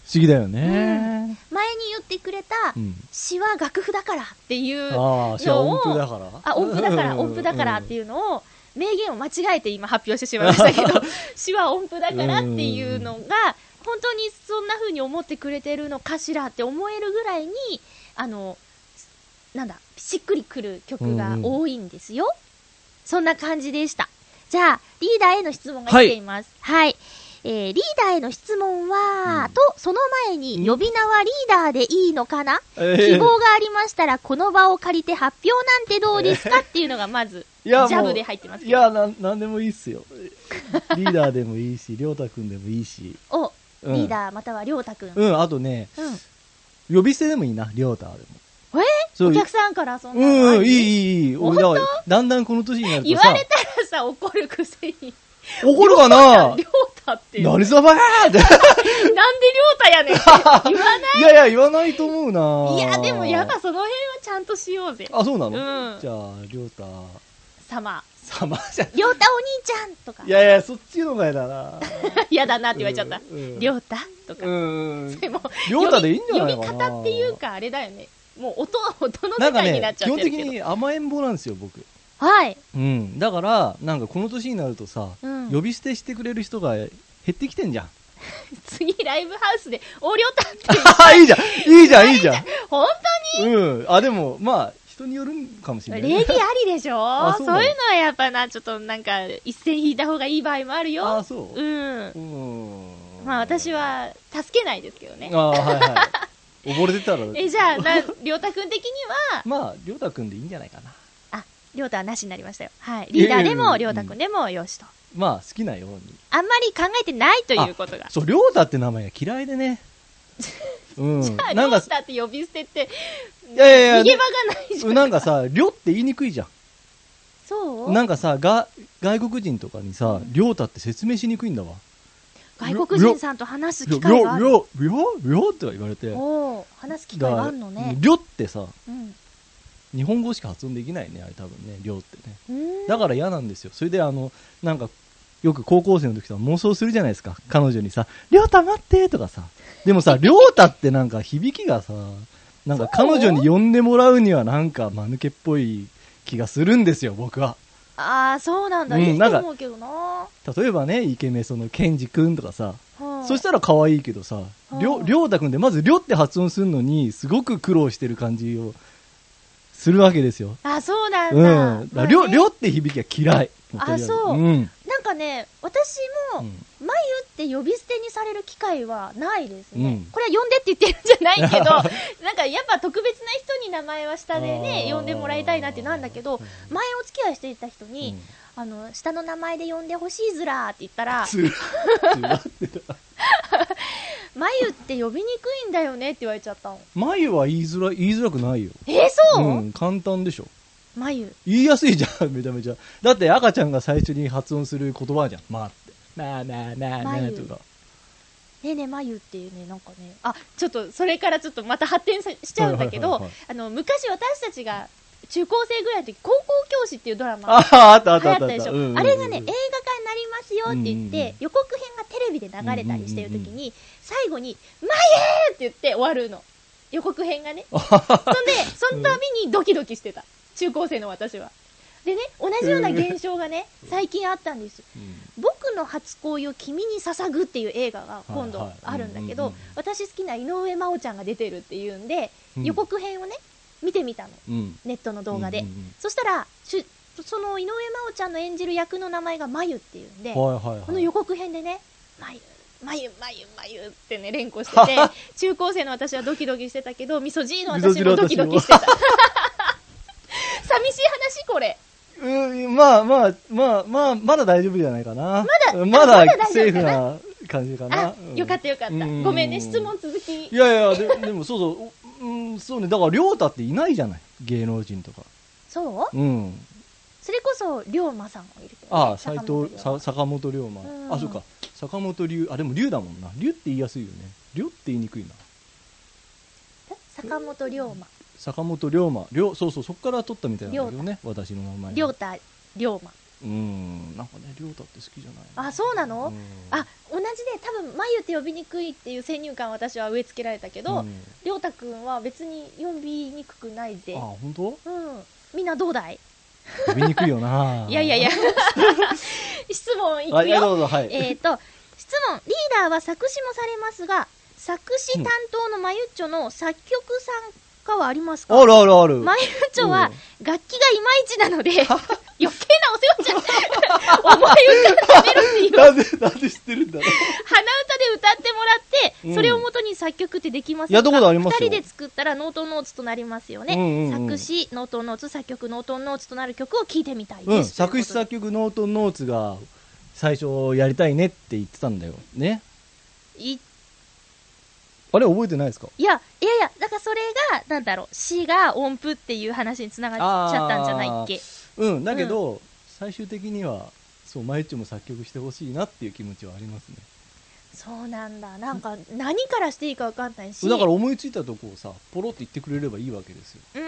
S3: 不思議だよね、
S1: 前に言ってくれた、
S3: うん
S1: 詩は楽譜だからっていう
S3: ああじゃあ
S1: のを
S3: 音符だから
S1: あ音符だ から音符だからって
S3: い
S1: いうのを名言を間違えて今発表してしまいましたけど 手話音符だからっていうのが本当にそんな風に思ってくれてるのかしらって思えるぐらいにあのなんだしっくりくる曲が多いんですよ、そんな感じでしたじゃあリーダーへの質問が来ていますはい、えーリーダーへの質問は、
S3: うん
S1: とその前に呼び名はリーダーでいいのかな、
S3: えー
S1: 希望がありましたら、この場を借りて発表なんてどうですかっていうのがまず、ジ
S3: いやもう
S1: ャブで入ってます
S3: い
S1: けど。
S3: やなんなんでもいいっすよ リーダーでもい いし亮太くんでもいいし、
S1: お、
S3: う
S1: リ
S3: ん、
S1: ーダーまたはりょうたくん。うん。
S3: うんあとね呼び捨てでもいいな亮太でも
S1: え
S3: そう
S1: お客さんからそんなのあ
S3: うん、
S1: り
S3: いい、いい、いい。俺、だから、だんだんこの年になると
S1: 言
S3: さ
S1: わ、れたらさ、怒るくせに。
S3: 怒るかな
S1: りょうたって。なん
S3: 何
S1: でりょ
S3: 様やーって。
S1: うたやねんって言わない
S3: やいや、言わないと思うな。
S1: い。いや、でもやっぱ。その辺はちゃんとしようぜ。
S3: あ、そうな
S1: うん
S3: のじゃあ、りょうた、
S1: 様。
S3: 様じゃ。
S1: りょうたお兄ちゃんとか
S3: い。やいや、そっちの前だな。
S1: やだなって言われちゃった
S3: う。ん
S1: りょうたとか
S3: う。ん。
S1: でも、
S3: りょうたでいいんじゃない
S1: 呼び呼
S3: かな
S1: び方っていうか、あれだよね。もう音、音の
S3: な
S1: 世
S3: んか
S1: 界にな
S3: ね
S1: っ、ち
S3: 基
S1: ゃっ
S3: 本
S1: てる
S3: 的
S1: けど。
S3: に甘えん坊なんですよ、僕。
S1: はい。
S3: うん。だから、なんかこの年になるとさ、
S1: うん
S3: 呼び捨てしてくれる人が減ってきてん じゃん。
S1: 次、ライブハウスで、おりょたって、
S3: あ、いいじゃんいいじゃんいいじゃん
S1: 本
S3: うん。あ、でも、まあ、人によるんかもし
S1: 当
S3: れ
S1: に
S3: な
S1: 礼
S3: い。
S1: 儀ありでしょ
S3: あ
S1: そ
S3: そううなの
S1: いうのはやっぱな、ちょっとなんか、一線引いた方がいい場合もあるよ。
S3: あ、そ
S1: う
S3: う。
S1: ん。
S3: うん
S1: まあ私は、助けないですけどね
S3: あ。あはい はい溺れてたら
S1: え、じゃあ、な、りょうたくん的には、
S3: まあ亮太君でいいんじゃないかな
S1: あ、りょうたはなしになりましたよ。はい。リーダーで
S3: いやいやい
S1: も、
S3: や
S1: りょうたくんでも、よしと。
S3: まあ好きなように
S1: あんまり考えてないということが。
S3: そう亮太って名前が嫌いでねうん
S1: あり
S3: な
S1: ょ
S3: ん
S1: う
S3: か
S1: たって呼び捨てって、
S3: いやい
S1: 逃
S3: やい
S1: げ
S3: や
S1: 場がないじゃ。
S3: うんんなんかさ亮って言いにくいじゃ
S1: そ
S3: ん
S1: う
S3: なんかさが外国人とかにさ亮太って説明しにくいんだわ
S1: 外国人さんと話す
S3: 亮
S1: 機会がある。
S3: 亮亮亮って言われて
S1: おお話す機
S3: だ
S1: 会
S3: から
S1: があるのね。
S3: 亮ってさ
S1: うん。
S3: 日本語しか発音できないねあれ多分ね亮ってね
S1: うん
S3: だから嫌なんですよ。それであの、なんか、よく高校生の時とか妄想するじゃないですか。彼女にさ、りょうた待ってとかさ。でも さ、りょうたってなんか響きがさ、なんか彼女に呼んでもらうにはなんか間抜けっぽい気がするんですよ、僕は。
S1: ああ、そうなんだ。
S3: うん
S1: いいと
S3: なんか
S1: 思うけどな。
S3: 例えばね、イケメンその、ケンジくんとかさ、
S1: はあ
S3: そしたら可愛いけどさ、りょ
S1: うん
S3: う、りょうたくんってまずりょって発音するのに、すごく苦労してる感じを、するわけですよ。
S1: あ、そうなん
S3: う
S1: だ。
S3: ん。
S1: まあね
S3: だからりょう、りょうって響きは嫌い。
S1: あそう
S3: うん。
S1: なんかね、私
S3: う
S1: も、
S3: ん
S1: 眉って呼び捨てにされる機会はないですね。
S3: うん
S1: これは呼んでって言ってるんじゃないけど、 なんかやっぱ特別な人に名前は下でね、
S3: あー
S1: 呼んでもらいたいなってなんだけど、
S3: うん
S1: 前お付き合いしていた人に、あの、下の名前で呼んでほしいずらーって言ったら、
S3: つら つらってた
S1: 眉って呼びにくいんだよねって言われちゃったの。
S3: 眉は言いづら言いづらくないよ、
S1: えー、そう、
S3: ん、簡単でしょ
S1: 眉。
S3: 言いやすいじゃん めちゃめちゃだって赤ちゃんが最初に発音する言葉じゃん「まあ」って「なあなあなあなあ」
S1: 眉
S3: とか
S1: ねえねえまゆっていうね、なんかね、あ、ちょっと、それからちょっとまた発展さしちゃうんだけ
S3: はいは
S1: ど
S3: いはいはい、
S1: あの、昔私たちが中高生ぐらいの時、高校教師っていうドラマ
S3: ああ、あったあっ
S1: 流行
S3: たあ
S1: っ
S3: った
S1: た
S3: あっ
S1: でしょ、
S3: た。うんうんうん
S1: あれがね映画化になりますよって言っ
S3: うんうんうん
S1: て、予告編がテレビで流れたりしてるとき
S3: うんうん
S1: に、最後に、まゆーって言って終わるの。予告編が ね。そんで、そのたびにドキドキしてた。中高生の私は。でね、同じような現象がね、最近あったんです。僕の初恋を君に捧ぐっていう映画が今
S3: はい
S1: 度
S3: はい
S1: あるんだけ
S3: うん
S1: ど
S3: うんうん、
S1: 私好きな井上真央ちゃんが出てるっていうんで、
S3: うん
S1: 予告編をね、見てみたの。
S3: うん
S1: ネットの動画で。
S3: うんうん
S1: そしたら、しゅその井上真央ちゃんの演じる役の名前がまゆっていうんで、
S3: うんはいはいはい。
S1: この予告編でね、まゆ、まゆ、まゆ、まゆってね、連呼してて、中高生の私はドキドキしてたけど、みそじいの私もドキドキ してた。寂しい話これ。
S3: うん、まあまあ、まあまあ、まだ大丈夫じゃないかな。
S1: まだ
S3: うんま
S1: まだ大丈夫
S3: だ
S1: かな
S3: セーフな感じかな。
S1: あ
S3: う、ん
S1: よかったよかった。
S3: うん
S1: ごめんね、質問続き
S3: い。やいや、ででもそうそう、おうん、そうね、だから、りょうたっていないじゃない、芸能人とか。
S1: そう
S3: うん。
S1: それこそ、龍馬さんもいるけどね、
S3: ああ、斎
S1: 坂本
S3: 藤
S1: 龍、馬
S3: さ坂本龍馬
S1: う。ん
S3: あ、そうか、坂本龍、あ、でも龍だもんな。龍って言いやすいよね。龍って言いにくいな。
S1: え坂本龍馬。
S3: 坂本龍馬、龍、そうそう、そこから取ったみたいなんだけどね、私の名前。
S1: 龍太龍馬。
S3: うん、なんかね、龍太って好きじゃない。
S1: あ、そうなの、
S3: うん
S1: あ、同じで、多分、眉って呼びにくいっていう先入観私は植え付けられたけ
S3: う
S1: ど、
S3: ん
S1: りょうたくんは別に呼びにくくないぜ
S3: あ、。本当
S1: うん。みんなどうだい
S3: 呼びにくいよな。
S1: いやい やいや。。質問い
S3: は
S1: く
S3: い、はいど
S1: よ。
S3: うぞ、はい。
S1: えっと、質問。リーダーは作詞もされますが、作詞担当のまゆっちょの作曲参加はありますか
S3: あるあるある。
S1: マユッチョは楽器がいまいちなので、余計なお世話じゃん。思い浮かべるっていう。
S3: なんで、 なんで知ってるんだろう。
S1: 鼻歌で歌ってもらって、
S3: うん
S1: それを元に作曲ってできますか
S3: やったことありますよ
S1: 二人で作ったらノートンノーツとなりますよね。
S3: うんうんうん
S1: 作詞、ノートンノーツ、作曲、ノートンノーツとなる曲を聴いてみたいです。
S3: うん、作詞
S1: というこ
S3: 作曲ノートノーツが最初やりたいねって言ってたんだよ。ね。
S1: とでい
S3: あれ覚えてないですか
S1: いや、いやいや、だからそれが、なんだろう、詞が音符っていう話につながっちゃったんじゃないっけ。
S3: うん、だけど、最終的には、そう、毎日も作曲してほしいなっていう気持ちはありますね。
S1: そうなんだ。なんか、何からしていいかわかんないし。
S3: だから思いついたとこをさ、ポロって言ってくれればいいわけですよ。
S1: うーん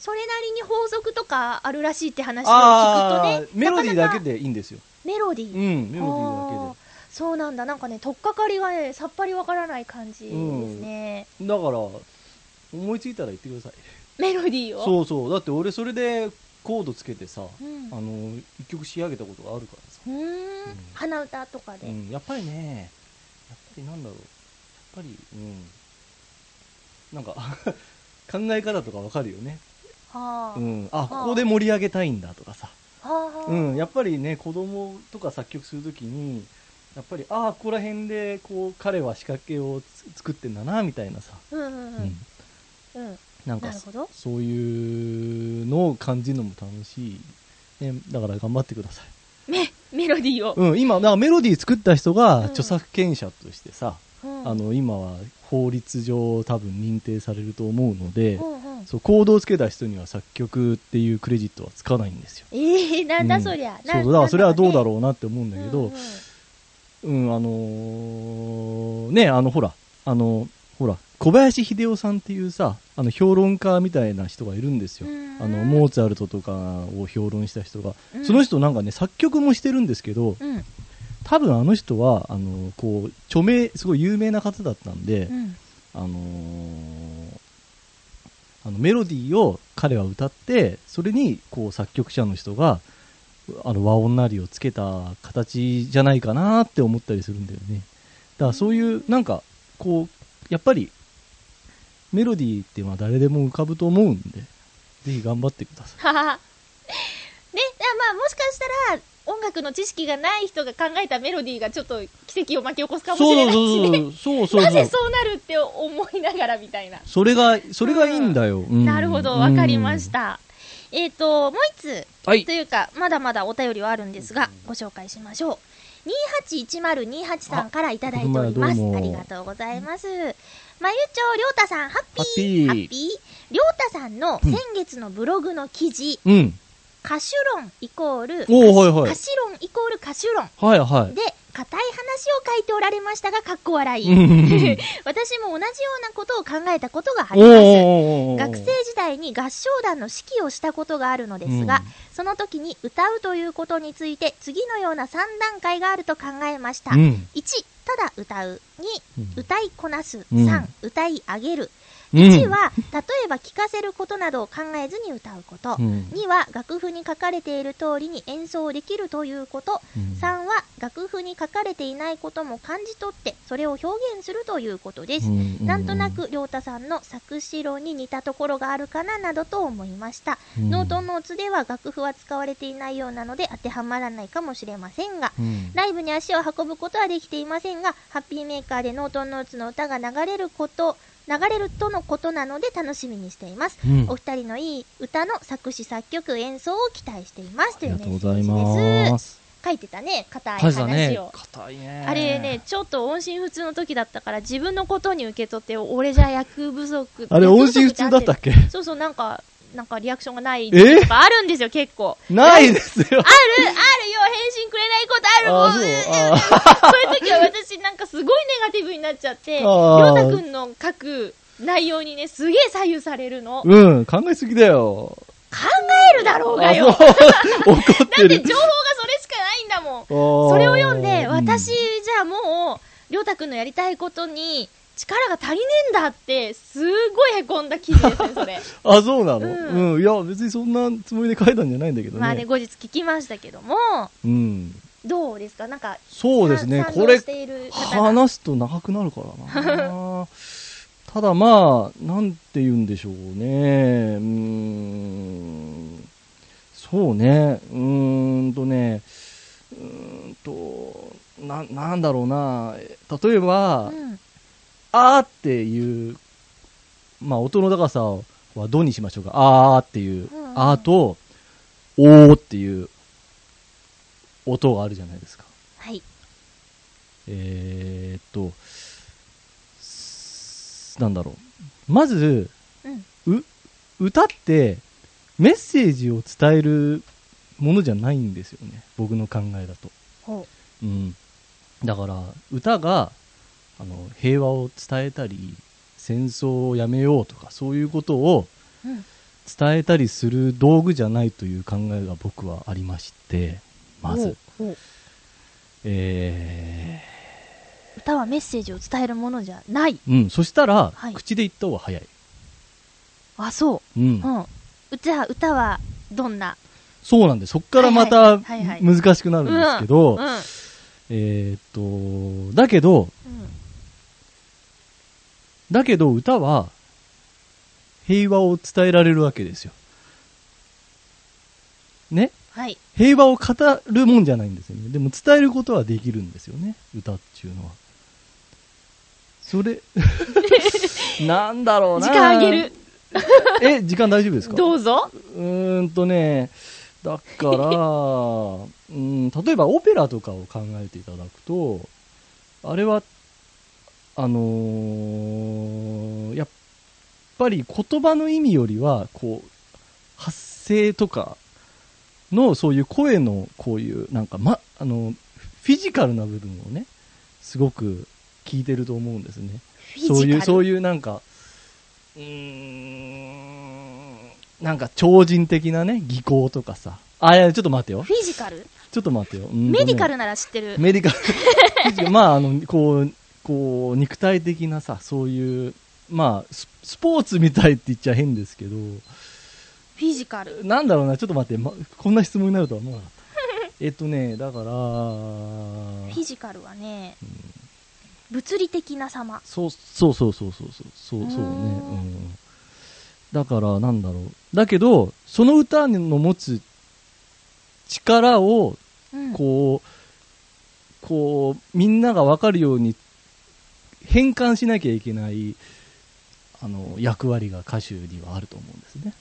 S1: それなりに法則とかあるらしいって話を聞
S3: あ
S1: く
S3: ー
S1: とね
S3: メロディーだ
S1: な
S3: け
S1: かなか
S3: でいいんですよ。
S1: メロディ
S3: う
S1: ー、
S3: ん、メロディー
S1: あーそうなんだなんかね取っかかりがねさっぱりわからない感じですね、
S3: だけで。だから、思いついたら言ってください。
S1: メロディーを
S3: そうそう。だって俺それでコードつけてさ、
S1: うん、
S3: あ
S1: う
S3: の、一曲仕上げたことがあるからさ。
S1: ーん
S3: うん
S1: 鼻歌とかで、
S3: うん、やっぱりね、やっぱりなんだろう、やっぱり、うん、なんか 考え方とかわかるよね、
S1: はあ、
S3: うん、あ
S1: あ
S3: ここで盛り上げたいんだとかさ、
S1: はあはあ、
S3: うん、やっぱりね、子供とか作曲するときに、やっぱり、ああ、ここら辺でこう彼は仕掛けをつ作ってんだなみたいなさ、
S1: うんうんうんうん、
S3: な
S1: な
S3: んか
S1: るほど
S3: そういうのを感じるのも楽しい、ね、だから頑張ってください。
S1: メメロディーを、
S3: うん、今、だからメロディー作った人
S1: うん
S3: が著作権者としてさ、
S1: うん
S3: あの今は法律上多分認定されると思うので、
S1: うんうん
S3: そうコードをつけた人には作曲っていうクレジットはつかないんですよ。
S1: えー、なんだ
S3: うん
S1: そりゃ、
S3: そうだからそれはどうだ
S1: う
S3: ろうなって思うんだけど、
S1: んうん
S3: うんあのーねあのほらあのほら小林秀夫さんっていうさあの評論家みたいな人がいるんですよ。
S1: うん
S3: あのモーツァルトとかを評論した人が、
S1: うん
S3: その人なんかね作曲もしてるんですけど、
S1: うん
S3: 多分あの人はあのこう著名すごい有名な方だったんで。
S1: うん
S3: あのーあのメロディーを彼は歌ってそれにこう作曲者の人があの和音なりをつけた形じゃないかなって思ったりするんだよねだからそういうなんかこうやっぱりメロディーってまあ誰でも浮かぶと思うんでぜひ頑張ってく ださい
S1: ははは。ね、あまあもしかしたら、音楽の知識がない人が考えたメロディーがちょっと奇跡を巻き起こすかもしれないしね。
S3: そうそうそうそうそうそう
S1: なぜそうなるって思いながらみたいな。
S3: それがそれがいいんだよ、うん
S1: なるほど、わかりまし、た。えっ、と、もう一つ、
S3: うんはい
S1: というか、まだまだお便りはあるんですが、ご紹介しましょう。281028さんからいただいておりま
S3: あ
S1: す。
S3: どうも
S1: ありがとうございます。まゆちょ、りょうたさん、ハッピー
S3: ハ
S1: ハ
S3: ッピー
S1: ッピーりょうたさんの先月のブログの記事、
S3: うん
S1: 歌手論イコール、
S3: おーはいはい
S1: 歌詞論イコール歌手論
S3: はいはい
S1: で、固い話を書いておられましたが、かっこ笑い。
S3: うん
S1: 私も同じようなことを考えたことがあ
S3: お
S1: り
S3: ー
S1: ます。
S3: おーおー
S1: 学生時代に合唱団の指揮をしたことがあるのですが、
S3: うん
S1: その時に歌うということについて次のような3段階があると考えました。
S3: うん
S1: 1、ただ歌う。2、
S3: うん
S1: 歌いこなす。
S3: うん
S1: 3、歌い上げる。
S3: うん
S1: 1は、例えば聞かせることなどを考えずに歌うこと。
S3: うん
S1: 2は、楽譜に書かれている通りに演奏できるということ。
S3: うん
S1: 3は、楽譜に書かれていないことも感じ取って、それを表現するということです。
S3: うんうん
S1: なんとなく、りょうたさんの作詞論に似たところがあるかな、などと思いました。
S3: うん
S1: ノートノーツでは楽譜は使われていないようなので当てはまらないかもしれませんが、
S3: うん
S1: ライブに足を運ぶことはできていませんが、ハッピーメーカーでノートンノーツの歌が流れること、流れるとのことなので楽しみにしています。
S3: うん
S1: お二人のいい歌の作詞作曲演奏を期待しています。とい
S3: あり
S1: うメ
S3: がとう
S1: ッ
S3: ご
S1: セ
S3: ざ
S1: ー
S3: い
S1: ジで。
S3: ますす。
S1: 書いてたね、硬い
S3: 大した
S1: 話
S3: ね
S1: を。。
S3: 硬いね。
S1: あれね、ちょっと音信不通の時だったから自分のことに受け取って、俺じゃ役不足。
S3: あれ
S1: 役
S3: 音
S1: 不足
S3: 信不
S1: て合て
S3: 通だ
S1: る
S3: ったっけ
S1: そうそう、なんか、なんかリアクションがない
S3: え
S1: とかあるんですよ、結 構。
S3: ないですよ。
S1: ある、あるよ、返信くれないことあるもん。
S3: あ
S1: う
S3: そうんあ
S1: そういう時は私なんかすごいネガティブになっちゃって、
S3: あー
S1: りょうたくんの書く内容にね、すげえ左右されるの。考
S3: うん、考えすぎだよ。
S1: えるだろうが
S3: あ、
S1: よ。だっ
S3: そう。 怒って
S1: て
S3: る。
S1: 情報がそれしかないんだもん。
S3: そ
S1: それを読んで、私じ
S3: い
S1: ゃあもう、りょうたくんのやりたいことに力が足りねえんだって、すごい凹んだ記事 ですね、それ。
S3: あ、そうなの、
S1: う
S3: うんん、いや、別にそんなつもりで書いたんじゃないんだけどね。
S1: まあね、後日聞きましたけども、
S3: うん。
S1: どうですかなんか、
S3: そうですね、
S1: 賛
S3: こ
S1: 賛同
S3: れ
S1: し、ている方が
S3: 話すと長くなるから な。ただまあ、なんて言うんでしょうね。うーん。そうね。うーんとね。うーんと、な、なんだろうな。例えば、
S1: うん
S3: あーっていう、まあ音の高さはどにしましょうか。あーっていう、
S1: うんうん
S3: あーと、おーっていう音があるじゃないですか。
S1: はい。
S3: えー、っと、すなんだろう。まず、
S1: うん。
S3: う、歌ってメッセージを伝えるものじゃないんですよね。僕の考えだと。
S1: ほ
S3: うん、だから歌があの平和を伝えたり戦争をやめようとかそういうことを
S1: う。うん。
S3: 伝えたりする道具じゃないという考えが僕はありましてまず、
S1: ほう。ほう
S3: え
S1: 歌はメッセージを伝えるものじゃない。
S3: ーうん、そしたら、
S1: はい
S3: 口で言った方が早い、
S1: あ、そうう。
S3: ん
S1: うん。じゃあ、歌はどんな
S3: そうなんでそこからま
S1: は
S3: た
S1: いはいはいはい
S3: 難しくなるんですけど、
S1: うん。うん。
S3: えーっとだけどだけど歌は平和を伝えられるわけですよね
S1: はい。
S3: 平和を語るもんじゃないんですよね。でも伝えることはできるんですよね。歌っていうのは。そ れ、なんだろう
S1: 時
S3: な。
S1: 間あげる。。
S3: え、時間大丈夫ですか
S1: どうぞ。
S3: うーんとね、だから、 うん、例えばオペラとかを考えていただくと、あれは、あのーやっぱり言葉の意味よりは、こう、発声とかの、そういう声の、こういう、なんか、ま、あの、フィジカルな部分をね、すごく聞いてると思うんですね。
S1: フィジカ
S3: そ
S1: ル
S3: ういう、そう
S1: う。
S3: いうなんか、うーん、なんか超人的なね、技巧とかさ。あ、いや、ちょっと待ってよ
S1: フ。ィジカル
S3: ちょっと待ってよ。うんと
S1: メ
S3: ね
S1: ディカルなら知ってる。
S3: メディカルフ ィジカル。まあ、あの、こう、こう、肉体的なさ、そういう、まあス、スポーツみたいって言っちゃ変ですけど、
S1: フィジカル。
S3: なんだろうな、ちょっと待って、ま、こんな質問になるとは思わなか った。えっとね、だから、
S1: フィジカルはね、物理的な様。
S3: そうそうそうそうそうそうそうそ
S1: う
S3: うね、うんん、だからなんだろうだけどその歌の持つ力を
S1: うん。
S3: こうこうみんなが分かるように変換しなきゃいけないあの役割が歌手にはあると思うんですね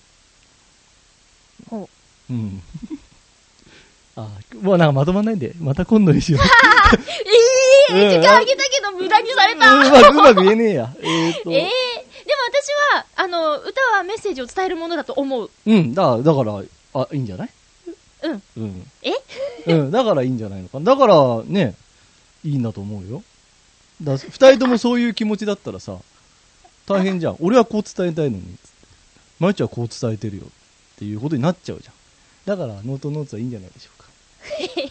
S1: ほ
S3: うん あもうなんかまとまんないんでまた今度にしよう
S1: うええ
S3: うん
S1: 時間あげたけど無駄にされ
S3: う
S1: た。
S3: まくうまく言えねえやえーと
S1: ええでも私は、あの、歌はメッセージを伝えるものだと思う。
S3: うんだだからあいいんじゃない
S1: うん。
S3: うん。
S1: え
S3: うん、だからいいんじゃないのかな。だからね、いいんだと思うよ。だ二人ともそういう気持ちだったらさ、大変じゃん。俺はこう伝えたいのに、つって。まゆちゃんはこう伝えてるよ。っていうことになっちゃうじゃん。だから、ノートノーツはいいんじゃないでしょうか。
S1: え、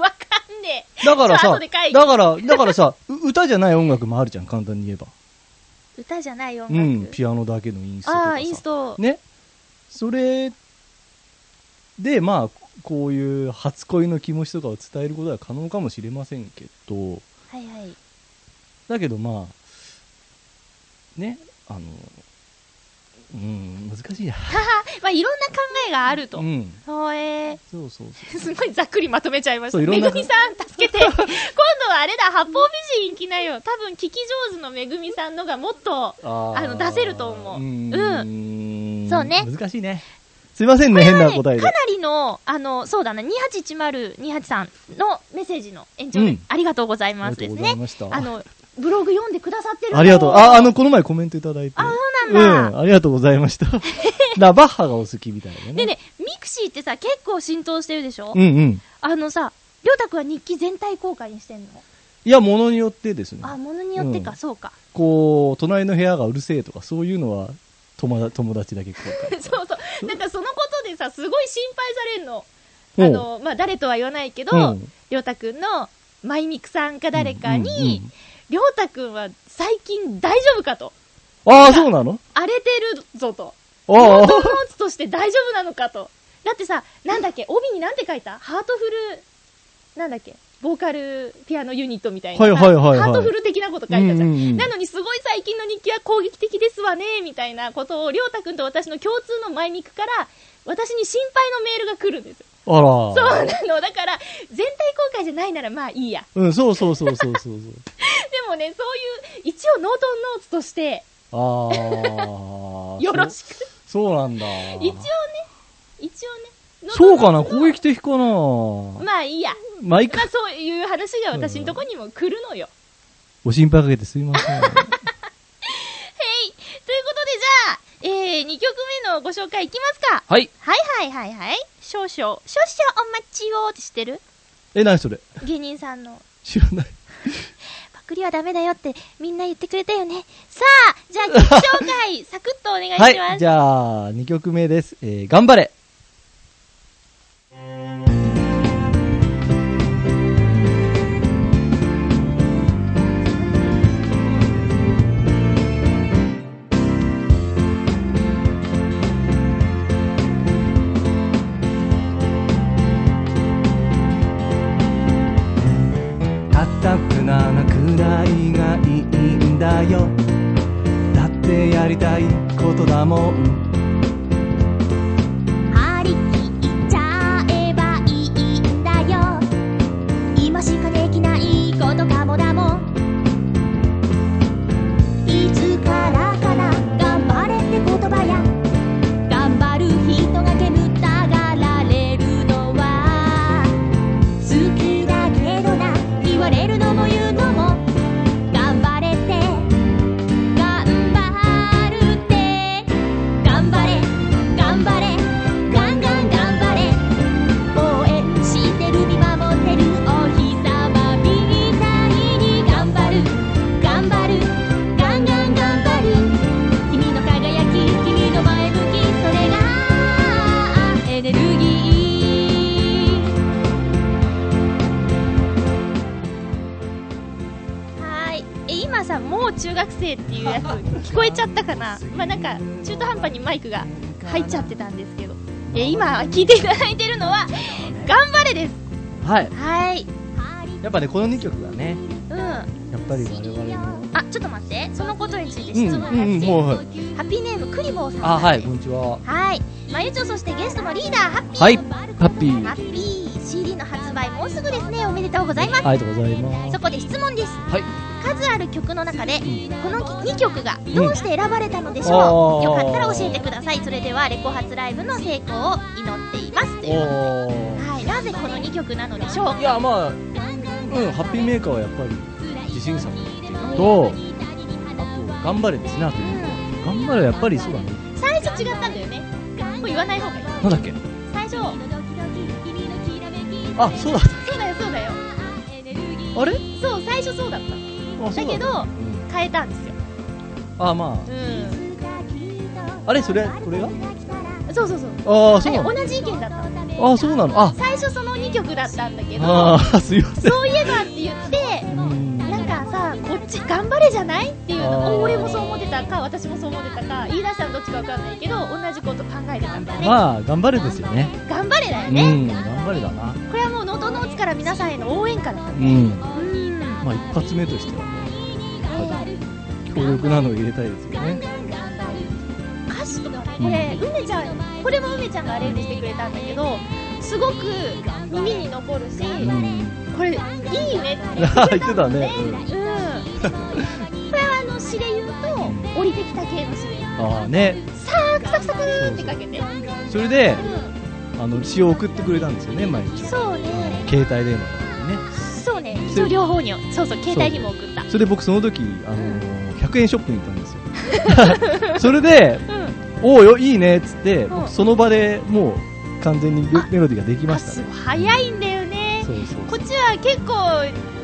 S1: わかんねえ。
S3: だから
S1: じゃあ
S3: さ
S1: 後で会、議
S3: だから、だからさ、う歌じゃない音楽もあるじゃん、簡単に言えば。
S1: 歌じゃない音
S3: う
S1: 楽。
S3: ん、ピアノだけのインストとか
S1: あ
S3: さ。
S1: あ、インスト。
S3: ね。それで、まあ、こういう初恋の気持ちとかを伝えることは可能かもしれませんけど、
S1: はいはい。
S3: だけどまあ、ね、あの、うん、難しいや。
S1: まあ、いろんな考えがあると。
S3: うん。
S1: ほえ
S3: そうそうそ
S1: ー。す ごいざっくりまとめちゃいました。
S3: そういろ
S1: め
S3: んな
S1: ぐみさん、助けて。今度はあれだ、八方美人行きなよ。多分、聞き上手のめぐみさんのがもっと、
S3: う。あー
S1: あの出せると思う
S3: うん。
S1: そうね
S3: 難しいね。すいませんね、変な
S1: ね、か
S3: 答
S1: な
S3: えで。
S1: りの、あの、そうだな、2810、283のメッセージの延長で、
S3: うん
S1: ありがとうござい
S3: あ
S1: ま
S3: り
S1: すで
S3: がと
S1: す
S3: うござい
S1: ね。
S3: ました。
S1: あの、ブログ読んでくださってる
S3: ありがとう。あ、あの、この前コメントいただいて。
S1: あそうなんだ
S3: うん、ありがとうございま した。ラバッハがお好きみたい
S1: で
S3: なね。
S1: ね、ミクシーってさ、結構浸透してるでしょ、
S3: うんうん。
S1: あのさ、りょうたくんは日記全体公開にしてんの
S3: いや、ものによってですね。
S1: あ、ものによってか、
S3: うん
S1: そうか。
S3: こう、隣の部屋がうるせえとか、そういうのは友達友達だけ公開。
S1: そうそう。なんかそのことでさ、すごい心配されるの。
S3: お
S1: あ
S3: う
S1: の、まあ、誰とは言わないけど、
S3: うん
S1: りょうたくんの、まいみくさんか誰かに、
S3: うんうん
S1: りょうたくんは最近大丈夫かと。
S3: ああ、そうなの
S1: 荒れてるぞと。
S3: あ
S1: ノ
S3: あ
S1: ートノーツとして大丈夫なのかと。だってさ、なんだっけ、帯になんて書いたハートフル、なんだっけ、ボーカルピアノユニットみたいなさ。
S3: はいはいはいはい
S1: ハートフル的なこと書いたじゃ。
S3: うんうんうんん
S1: なのにすごい最近の日記は攻撃的ですわね、みたいなことを、りょうたくんと私の共通の前ミクから、私に心配のメールが来るんですよ。
S3: あら。
S1: そうなの。だから、全体公開じゃないならまあいいや。
S3: うん、そうそうそうそうそうそう。
S1: でもね、そういう、一応ノートノーツとして、
S3: ああ。
S1: よろしく。
S3: そうそうなんだ。
S1: 一応ね、一応ね。
S3: そうかな
S1: ノートノーツの
S3: 攻撃的かな
S1: まあいいや。
S3: まあ、いい
S1: ま
S3: か
S1: あ。そういう話が私のとこにも来るのよ。
S3: お心配かけてすいません。
S1: はい。ということでじゃあ、えー、2曲目のご紹介いきますか。
S3: はい。
S1: はいはいはいはい。少々、少々お待ちをって知ってる
S3: え、何それ
S1: 芸人さんの。
S3: 知らない。
S1: パクリはダメだよってみんな言ってくれたよね。さあ、じゃあ曲紹介、サクッとお願いします。
S3: はい、じゃあ、2曲目です。えー、頑張れ硬くならなくないがいいんだよだってやりたいことだもん
S2: 張り切っちゃえばいいんだよ今しかできないことかもだもんいつからかな頑張れって言葉や頑張る人が煙たがられるのは好きだけどな言われるのも言うのも頑張れって頑張るって頑張れ頑張れガンガン頑張れ応援してる見守ってるお日様みたいに頑張る頑張るガンガン頑張る君の輝き君の前向きそれがエネルギー
S1: はい。え、今さ、もう中学生っていうやつ、聞こえちゃったかなまあ、なんか、中途半端にマイクが入っちゃってたんですけど。え、今、聞いていただいてるのは、頑張れです。
S3: はい
S1: はい。
S3: やっぱねこの2曲がね
S1: うん。あ、
S3: やっぱり我々の
S1: ちょっと待って。そのことについて質問が来て、
S3: うんうんもうはい
S1: ハッピーネーム、クリボーさん
S3: あ
S1: から
S3: はい
S1: です
S3: こんにちは
S1: はい。まゆちょ、そしてゲストのリーダー、ハッピー。
S3: はいハッピー
S1: ハ
S3: あ
S1: ッピー。CD の発売、もうすぐですね。おめでとうございます。
S3: りがとうございます
S1: そこで質問です。
S3: はい
S1: 数ある曲の中でこの2曲がどうして選ばれたのでしょう、
S3: うん
S1: よかったら教えてくださいそれではレコ発ライブの成功を祈っていますという
S3: おー
S1: はい、なぜこの2曲なのでしょう
S3: いやまあうんハッピーメーカーはやっぱり自信作っていうのとあと頑張れですねあと頑張れはやっぱりそうだね
S1: 最初違ったんだよねもう言わない方がいい
S3: なんだっけ
S1: 最初
S3: あそうだ
S1: そうだよそうだよ
S2: 「
S3: あれ
S1: そう最初そうだった
S3: あそう
S1: だけど
S3: うん
S1: 変えたんですよ
S3: あま
S1: うん
S3: ああれそれこれが
S1: そうそうそう
S3: ああ
S1: あ
S3: そう
S1: れ
S3: なの
S1: 同じ意見だったの
S3: ああそうなのあ
S1: 最初その2曲だったんだけど
S3: あーすいません
S1: そういえばって言って
S3: うん
S1: なんかさこっち頑張れじゃないっていう
S3: あー
S1: の俺もそう思ってたか私もそう思ってたか飯田さんどっちかわかんないけど同じこと考えてたんだよね
S3: まあ頑張れですよね
S1: 頑張れだよ
S3: う
S1: ね
S3: ん頑張れだな
S1: これはもう能登ノーツから皆さんへの応援歌だった
S3: うん
S1: うん
S3: まあ一発目としては強力なのを入れたいですよね
S1: 歌詞とかこれ梅ちゃんこれも梅ちゃんがアレンジしてくれたんだけどすごく耳に残るし
S3: うん
S1: これいいねって
S3: 言ってたね、うん
S1: う ん、これはあの詩で言うと降りてきた系の詩で
S3: ああね
S1: さあクサクサクーってかけてう
S3: それで
S1: ん
S3: あの詩を送ってくれたんですよね毎日
S1: そうね
S3: 携帯電話からね
S1: そうねそう両方にそうそう携帯にも送った
S3: それで僕その時、あのー100円ショップに行ったんです よそれで
S1: うん
S3: 「おおよいいね」っつって
S1: うん
S3: 僕その場でもう完全にメ
S1: あ
S3: メロディーができま
S1: あ
S3: した
S1: す
S3: ね
S1: ごい早いんだよね
S3: そうそ
S1: こ
S3: う
S1: っちは結構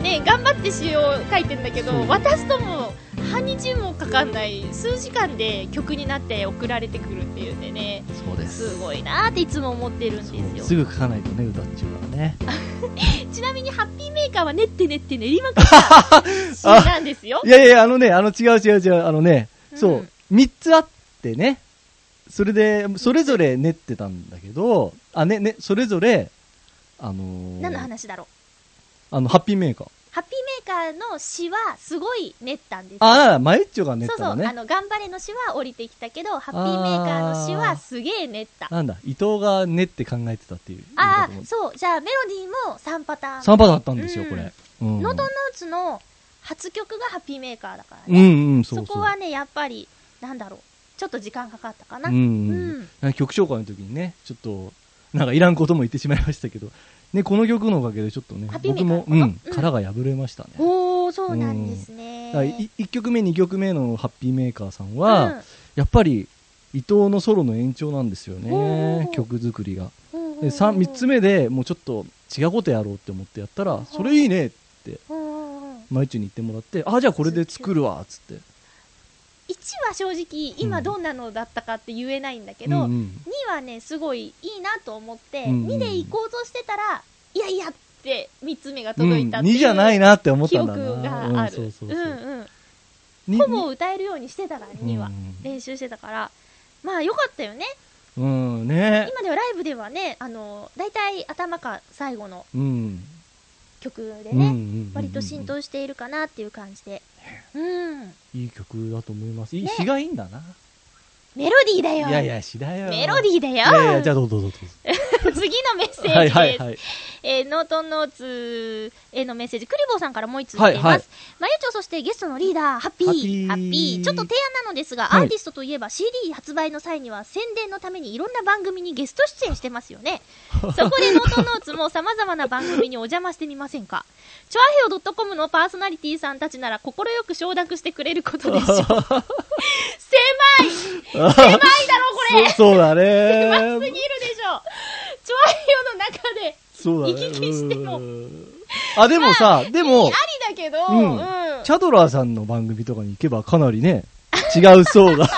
S1: ね頑張って詩を書いてんだけ
S3: そ
S1: ど
S3: う
S1: 私とも半日もかかんない数時間で曲になって送られてくるっていうんでね
S3: そうです
S1: すごいなーっていつも思ってるんです
S3: そう
S1: よ
S3: すぐ書かないとね歌っちゅうからね
S1: ちなみにハッピーメーカーは練って練って練り まくった詩なんですよ
S3: い。やいやいやあのねあの違う違う違うあのね、
S1: うん
S3: そう3つあってねそれでそれぞれ練ってたんだけどあねねそれぞれあのー
S1: 何の話だろう。
S3: あのハッピーメーカー
S1: ハッピーメーカーの詩はすごい練ったんですよ。
S3: ああマエッチョが練っ
S1: そう
S3: た
S1: そ
S3: の
S1: う、あ
S3: ね
S1: の、頑張れの詩は降りてきたけど、ハッピーメーカーの詩はすげえ練った。あ
S3: なんだ伊藤が練って考えてたっていう
S1: あ
S3: 意味だと思う
S1: ー、そう、じゃあメロディーも3パターン。
S3: 3パだったんですよ、
S1: うん
S3: これ。うん
S1: ノートノーツの初曲がハッピーメーカーだから
S3: う
S1: ね。
S3: んうん、そう
S1: そ
S3: そう。
S1: こはね、やっぱり、なんだろう。ちょっと時間かかったかな。
S3: うんうん
S1: うん
S3: なんか曲紹介の時にね、ちょっと、なんかいらんことも言ってしまいましたけど、ね、この曲のおかげでちょっとね
S1: ハッ、ピーメ
S3: 僕
S1: ーカー
S3: も、う
S1: の
S3: ん
S1: ことう、ん
S3: 殻が破れましたね。
S1: おー、そうなんですね。
S3: 1曲目、2曲目のハッピーメーカーさ
S1: う
S3: ん
S1: ん
S3: は、やっぱり、伊藤のソロの延長なんですよ
S1: お
S3: ね
S1: ー、
S3: 曲作りが。
S1: うんうんう
S3: で
S1: ん
S3: 3, つ目でもうちょっと違うことやろうって思ってやったら、それいいねって、
S1: うんうんうん
S3: マイチュに言ってもらって、あ、じゃあこれで作るわ、つって。
S1: 1は正直今どんなのだったかって言えないんだけど、
S3: うんうん
S1: 2はねすごいいいなと思って、
S3: うん
S1: 2で行こうとしてたらいやいやって3つ目が届いたって
S3: うん、2じゃないいなって思
S1: う
S3: った
S1: 記
S3: んだな
S1: 憶がある
S3: う、
S1: うんん
S3: そうそうそう、
S1: うん
S3: に
S1: ほぼ歌えるようにしてたから2は、
S3: うん
S1: 練習してたからまあよかったよね
S3: うんね
S1: 今ではライブではねあの大体頭か最後の
S3: うん
S1: 曲で
S3: うんうんう
S1: ね、
S3: ん
S1: 割と浸透しているかなっていう感じでうん
S3: いい曲だと思いますいい
S1: ね
S3: 詩がいいんだな、
S1: メロディーだよ
S3: いやいや詩だよ
S1: メロディーだよ
S3: いやいやじゃあどうぞどうぞ どうぞ
S1: 次のメッセージです、
S3: はいはいはい
S1: えー、ノートンノーツへのメッセージ、クリボーさんからもう一つ来ています。
S3: はいはい
S1: まゆちょ、そしてゲストのリーダー、ハッピー。
S3: ハッピー
S1: ちょっと提案なのですが、
S3: はい
S1: アーティストといえば CD 発売の際には宣伝のためにいろんな番組にゲスト出演してますよ ね。そこでノートンノーツも様々な番組にお邪魔してみませんか。チョアヘオ .com のパーソナリティさんたちなら快く承諾してくれることでしょう。狭い狭いだろ、これ
S3: そそうだ
S1: 狭 すぎるで
S3: ね
S1: しょチョアヘオの中で
S3: そうだね
S1: 行き来しても
S3: うんあでもさ、でも
S1: ありだけど、
S3: うん
S1: うん
S3: チャドラーさんの番組とかに行けばかな りね違う層が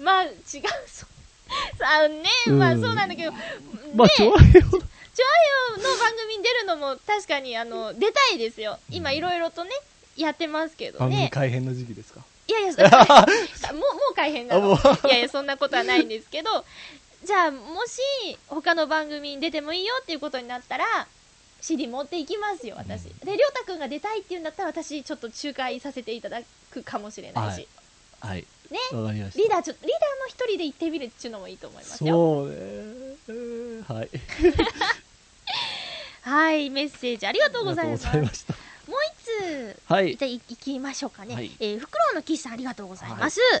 S1: まあ違うそうあね、
S3: うん
S1: まあそうなんだけど、ね、
S3: まあ
S1: チ
S3: ち
S1: ョ
S3: ょ
S1: ア
S3: うどいいよ
S1: ヘオの番組に出るのも確かにあの出たいですよ今いろいろとねやってますけど
S3: 番組
S1: ね
S3: 改編の時期ですか
S1: いやいや だからもうもう改変なの
S3: あも
S1: いやいやそんなことはないんですけどじゃあもし他の番組に出てもいいよっていうことになったら CD 持っていきますよ私、でりょうたくんが出たいっていうんだったら私ちょっと仲介させていただくかもしれないし、
S3: はいはい
S1: ね
S3: わかりました
S1: リーダーちょリーダーも一人で行ってみるっていうのもいいと思いますよ
S3: そうねえーはい
S1: はい、メッセージありがとうございます。
S3: ありがとうございました
S1: もう一つ、
S3: はい
S1: じゃあい行きましょうかね。
S3: はい
S1: えー、フクロウの岸さんありがとうございます。ノート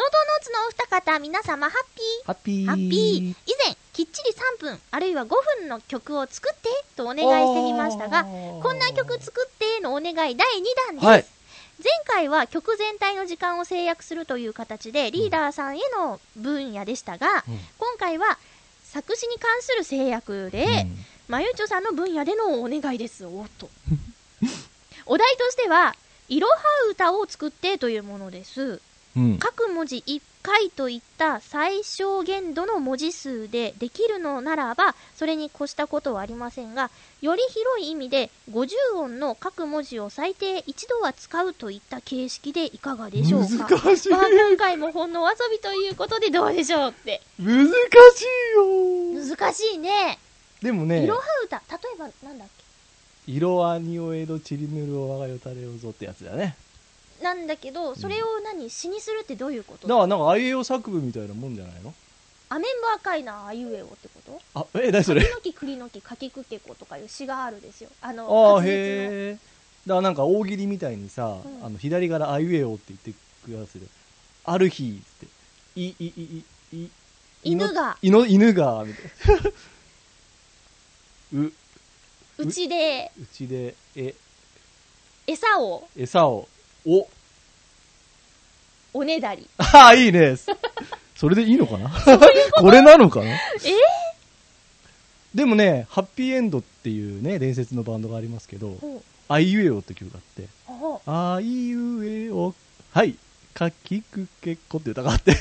S1: ノーツのお二方、皆様ハッピー。
S3: ハッピー
S1: ハッピー以前、きっちり3分、あるいは5分の曲を作ってとお願いしてみましたが、こんな曲作ってのお願い第2弾です。
S3: はい
S1: 前回は曲全体の時間を制約するという形でリーダーさんへの分野でしたが、
S3: うん
S1: 今回は作詞に関する制約で、
S3: うん
S1: まゆちょさんの分野でのお願いですおっとお題としては「いろは歌を作って」というものです
S3: うん。
S1: 各文字1回といった最小限度の文字数でできるのならばそれに越したことはありませんがより広い意味で50音の各文字を最低一度は使うといった形式でいかがでしょうか
S3: 難しい
S1: まあ今回もほんのお遊びということでどうでしょう って
S3: 難しいよ
S1: 難しいね
S3: で
S1: 「
S3: もね
S1: いろ、は歌」例えばなんだっ
S3: 色はにおえどちりぬるを我がよたれをぞってやつだね。
S1: けなんだけどそれを何詩にするってどういうこ
S3: だか
S1: と
S3: らなんかあいうえお作文みたいなもんじゃないの
S1: アメンボ赤いなあいうえおってこと
S3: あ、え、何それ
S1: 栗の木栗の木かきくけことかいう詩があるですよ あの
S3: ああ
S1: 滑舌の
S3: へえだからなんか大喜利みたいにさ、
S1: うん
S3: あの左から「あいうえお」って言ってくださる「ある日」って「いいいいいい
S1: 犬が
S3: いの犬が」みたいな うう
S1: うちで
S3: ちでえ
S1: 餌を
S3: 餌をお
S1: おねだり
S3: ああいいね それでいいのかなこれなのかなえでもね、ハッピーエンドっていうね、伝説のバンドがありますけど、
S1: ほう
S3: あいうえおって曲があって、
S1: ほう
S3: あいうえお、はい、かきくけこって歌があ って。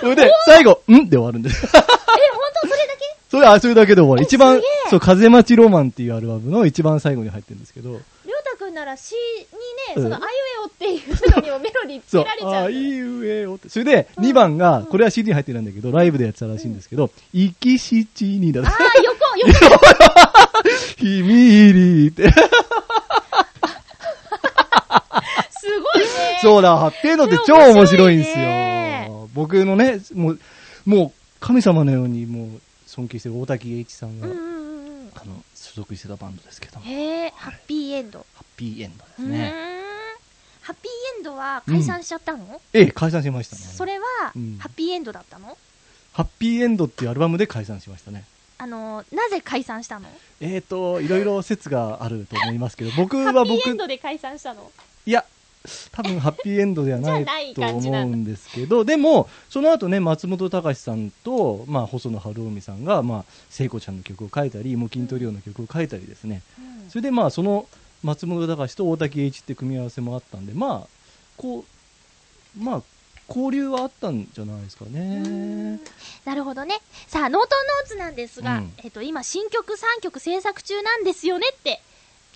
S3: それで、最後、んで終わるんです。
S1: え本当それだけ
S3: それ、あ、それだけで終わる。一番
S1: すげ、え
S3: そう、風待ちロマンっていうアルバムの一番最後に入ってるんですけど、
S1: りょうたくんなら詩にね
S3: う
S1: そ
S3: ん
S1: のあいうえおっていうのにもメロディーつ
S3: そ
S1: け
S3: う
S1: られち、ゃ
S3: あ
S1: う
S3: いうえおって。それで、2番が、これは CD に入ってるんだけど、ライブでやってたらしいんですけど、いきしちにだ
S1: あ
S3: ね。
S1: あ横横
S3: ひみりって。
S1: すごいね
S3: そうだ、ハッピーエンドって超面白いんで
S1: 面
S3: す
S1: 白いね
S3: よ。僕のね、もう、もう、神様のように、もう、尊敬してる大滝栄一さんが
S1: うん、うんうんうん
S3: あの所属してたバンドですけども、ハッ
S1: へえハッピーエンド
S3: ピーエンドで
S1: う
S3: す
S1: ーん
S3: ね。
S1: ハッピーエンドは解散しちゃったの
S3: ええ、解散しましたね。
S1: それは
S3: うん
S1: ハッピーエンドだったの
S3: ハッピーエンドっていうアルバムで解散しましたね。
S1: あのなぜ解散したの
S3: えーと、いろいろ説があると思いますけど、僕
S1: ハッ
S3: は
S1: ピーエ
S3: 僕
S1: ン、ドで解散したの
S3: いや、多分ハッピーエンドではな
S1: じゃない
S3: いと
S1: 感じ
S3: 思
S1: なんだ
S3: うんですけど、でも、その後ね、松本隆さんと、まあ、細野晴臣さんが、まあ、聖子ちゃんの曲を書いたり、モキントリオの曲を書いたりですね、
S1: うん
S3: それでまあその松本隆と大滝栄一って組み合わせもあったんでまあこうまあ交流はあったんじゃないですかね
S1: なるほどね。さあ、ノートンノーツなんですが、
S3: うん
S1: えっと、今、新曲3曲制作中なんですよねって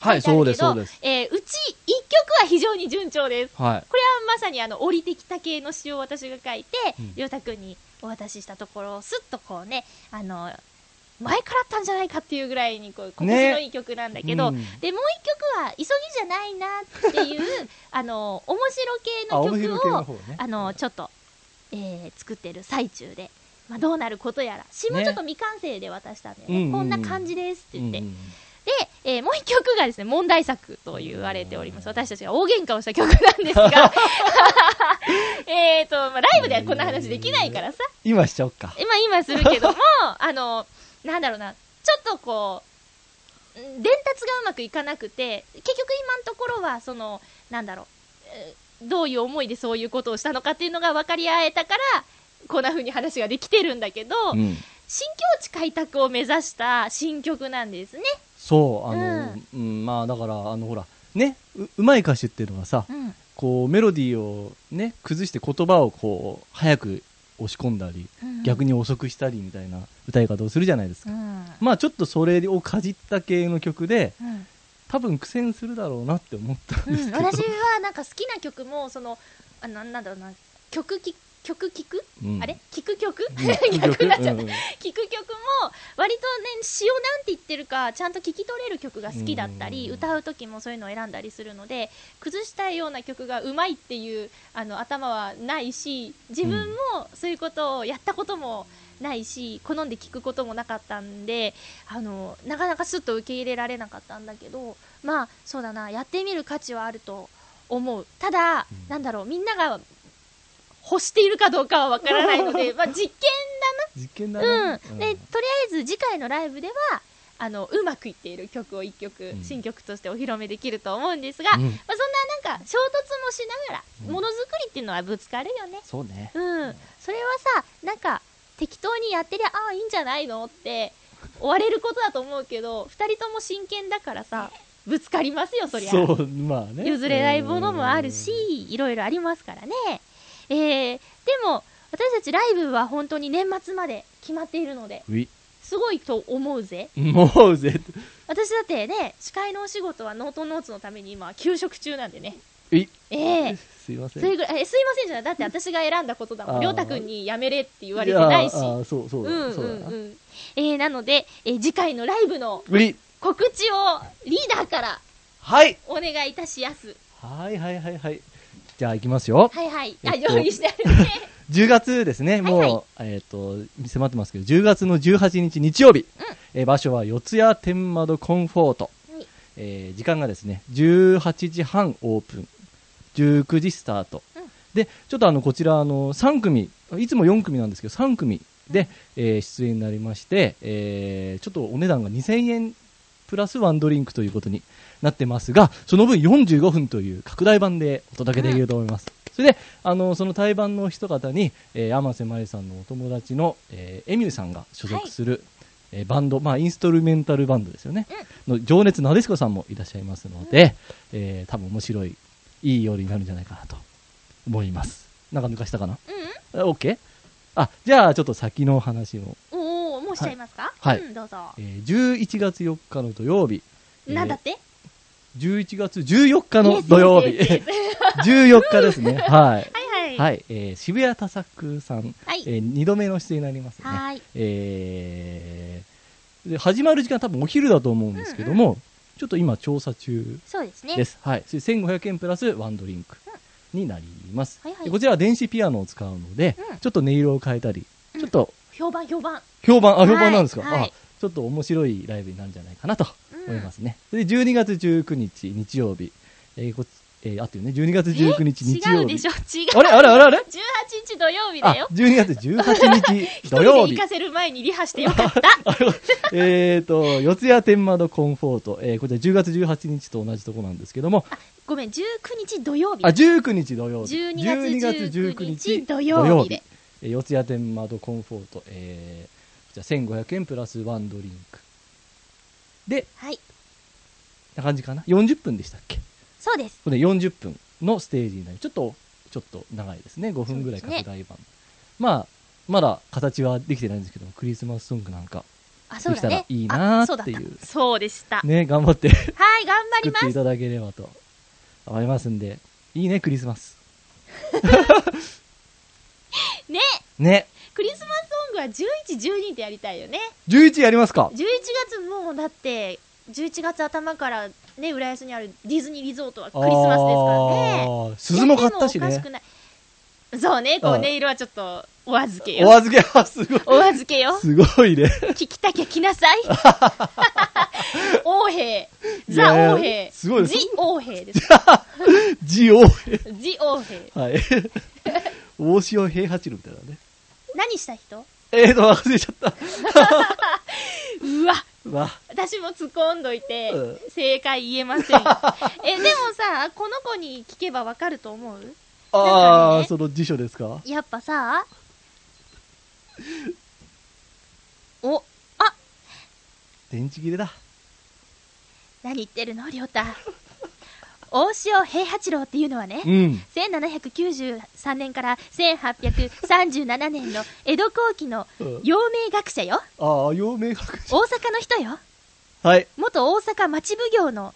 S1: 書
S3: はい
S1: いてあ
S3: そう
S1: る
S3: で
S1: け
S3: す
S1: ど、
S3: そうです
S1: えーうち1曲は非常に順調です。
S3: はい
S1: これはまさにあの、降りてきた系の詩を私が書いて
S3: うん、
S1: りょうたくんにお渡ししたところをすっとこうね、あの、前からあったんじゃないかっていうぐらいにこう、心地のいい曲なんだけど、
S3: ねうん
S1: で、もう1曲は急ぎじゃないなっていう、 あの、面
S3: あ
S1: 白
S3: 面
S1: 系の
S3: 白い系
S1: 曲を
S3: の、方ね
S1: あのちょっと、えー作ってる最中で、まあ、どうなることやら詩もちょっと未完成で渡したんで、
S3: ねうんうんうん
S1: こんな感じですって言って、
S3: うんう
S1: で、
S3: ん
S1: えーもう一曲がですね問題作と言われております私たちが大喧嘩をした曲なんですが えっと、まあ、ライブではこんな話できないからさ
S3: 今しちゃおっか
S1: 今今するけどもあのなんだろうなちょっとこううん伝達がうまくいかなくて結局今のところはそのなんだろうえーどういう思いでそういうことをしたのかっていうのが分かり合えたからこんな風に話ができてるんだけど、
S3: うん
S1: 新境地開拓を目指した新曲なんですね。
S3: そうあの、うんまあだからあのほらねううまい歌手っていうのはさ
S1: うん
S3: こうメロディーをね崩して言葉をこう早く押し込んだり逆
S1: に、
S3: に遅くしたりみたいな歌い方をするじゃないです
S1: う
S3: か、
S1: ん
S3: まあちょっとそれをかじった系の曲で、
S1: うん
S3: 多分苦戦するだろうなって思ったん
S1: う
S3: で
S1: ん
S3: す けど、
S1: 私はなんか好きな曲もそのあなんなんだろうな曲き曲聴く、
S3: うん
S1: あれ聴く曲、
S3: う ん
S1: 逆になっちゃった
S3: う、ん
S1: 聴く曲も割とね詩をなんて言ってるかちゃんと聞き取れる曲が好きだったり
S3: うん
S1: 歌う時もそういうのを選んだりするので崩したいような曲がうまいっていうあの頭はないし自分もそういうことをやったこともないし好んで聞くこともなかったんであのなかなかすっと受け入れられなかったんだけどまあそうだなやってみる価値はあると思うただ、
S3: ん
S1: なんだろうみんなが欲しているかどうかはわからないの でまあ実験
S3: 実験だね、
S1: うん、でとりあえず次回のライブではあのうまくいっている曲を1曲、
S3: うん
S1: 新曲としてお披露目できると思うんですが、
S3: う
S1: まあ、
S3: ん
S1: そんななんか衝突もしなが
S3: う
S1: ら
S3: ん
S1: ものづくりっていうのはぶつかるよね、
S3: そうね
S1: うん、それはさなんか適当にやってりゃああいいんじゃないのって終われることだと思うけど、二人とも真剣だからさ、ぶつかりますよ、そりゃ。
S3: そう、まあね。
S1: 譲れないものもあるし、いろいろありますからね。えー、でも、私たちライブは本当に年末まで決まっているので、
S3: うん。うい
S1: すごいと思うぜ。
S3: もうぜ、
S1: 私だってね、司会のお仕事はノートノーツのために今、休職中なんでね。
S3: うい
S1: ええ
S3: すいません。
S1: それぐらい、えすいませんじゃない。だって私が選んだことだも
S3: あ
S1: ん。
S3: ー
S1: りょうたくんにやめれって言われてないし。
S3: やあーそう、そううんだ、
S1: うん。
S3: そううだな。うん
S1: えー、なので、えー次回のライブの
S3: い
S1: 告知をリーダーから
S3: はい
S1: お願いいたしやす。
S3: はいはいはいはい。じゃあ行きますよ。
S1: はいはい。あ、
S3: えっと
S1: 用意してあるね。
S3: 10月ですね、もう、
S1: はいは
S3: えっ、と、迫ってますけど、10月の18日日曜日、えー場所は四谷天窓コンフォート、
S1: はい
S3: えー時間がですね、18時半オープン、19時スタート。
S1: うん
S3: で、ちょっとあの、こちら、あの、3組、いつも4組なんですけど、3組で、えー出演になりまして、えーちょっとお値段が2000円プラスワンドリンクということになってますが、その分45分という拡大版でお届けできると思います。それで、あの、その対バンの人方に、えー、天瀬まりさんのお友達の、えーエミューさんが所属する、えーバンド、まあ、インストルメンタルバンドですよね。の情熱なでしこさんもいらっしゃいますので、えー多分面白い、いい夜になるんじゃないかなと思います。なんか抜かしたかな
S1: う
S3: あ ?OK? あ、じゃあちょっと先のお話を。
S1: んうん。おー、もうしちゃいますか
S3: はい
S1: うん、どうぞ。
S3: えー11月4日の土曜日。えー
S1: なんだって
S3: 11月14日の土曜日
S1: イエスイエスイエ。
S3: 14日ですね。はい。
S1: はいはい。。
S3: はいい、えー渋谷多作さん、
S1: はい
S3: え2度目の出演になりますね。
S1: はーい。
S3: えーで始まる時間多分お昼だと思うんですけども、ちょっと今調査中
S1: そうですね。
S3: です。はい。それ1500円プラスワンドリンクになります。
S1: はいはい
S3: でこちらは電子ピアノを使うので、
S1: うん
S3: ちょっと音色を変えたり、
S1: うん
S3: ちょっと
S1: 評判評判。
S3: 評判、
S1: は
S3: あ、
S1: い
S3: 評判なんですか、
S1: はい
S3: あちょっと面白いライブになるんじゃないかなと
S1: うん
S3: 思いますね。で、12月19日日曜日、えーこえー、あってるね、12月19日
S1: え
S3: 日曜日。
S1: 違うでしょ違う。
S3: あれあれあれあれ
S1: ?18 日土曜日だ
S3: あ
S1: よ、。
S3: 12月18日土
S1: 一人
S3: 曜
S1: で行
S3: 日
S1: か。せる前にリハしてよか った。
S3: えっと、四谷天窓コンフォート。えーこちら10月18日と同じとこなんですけども、
S1: ごめん、19日土曜日
S3: あ、。19日土曜日。
S1: 12月19
S3: 19
S1: 日土曜日で。
S3: えー四谷天窓コンフォート。えー、こちら1500円プラスワンドリンク。で、
S1: はい。
S3: な感じかな。40分でしたっけ
S1: そうです。
S3: これ40分のステージになり、ちょっと、ちょっと長いですね。5分ぐらい
S1: そうですね
S3: 拡大版。まあ、まだ形はできてないんですけど、クリスマスソングなんか、
S1: あ、そ
S3: で
S1: う
S3: き
S1: だ
S3: たら
S1: ね。
S3: いいな
S1: あそう
S3: ー
S1: だ
S3: っ
S1: ってた
S3: いう。
S1: そうでした。
S3: ね、頑張って
S1: はい、頑張り
S3: 作
S1: ま
S3: ってい
S1: す。
S3: ただければと思いますんで、いいね、クリスマス。
S1: ね、
S3: ね、
S1: クリスマスソングは11、12ってやりたいよね。
S3: 11やりますか
S1: 11月もうだって、11月頭からね、浦安にあるディズニーリゾートはクリスマスですからね。
S3: ね。鈴も買ったし
S1: やってもおか
S3: ね
S1: く。ない。そうね、こう
S3: ああ
S1: 音色はちょっとお預け
S3: お
S1: よ。
S3: 預け、あ、すごい。
S1: お預けよ。
S3: すごいね。
S1: 聞きたきゃ来なさ い。王兵。ザ
S3: いやいや
S1: 王兵。
S3: すごいです
S1: ジ王兵 です。
S3: ジオ
S1: ジ王兵。
S3: はい。大塩平八郎みたいなね。
S1: 何した人
S3: えーと、忘れちゃった。
S1: うわ、
S3: うわ。
S1: 私も突っ込んどいて、
S3: う
S1: 正解言えません。え、でもさ、この子に聞けばわかると思う
S3: あ
S1: なんか
S3: ー、
S1: ね
S3: その辞書ですか
S1: やっぱさ、お、あ、
S3: 電池切れだ。
S1: 何言ってるのりょうた。大塩平八郎っていうのはね、
S3: うん。
S1: 1793年から1837年の江戸後期の
S3: うん
S1: 陽明学者よ。
S3: あー、陽明学
S1: 大阪の人よ。
S3: はい。
S1: 元大阪町奉行の、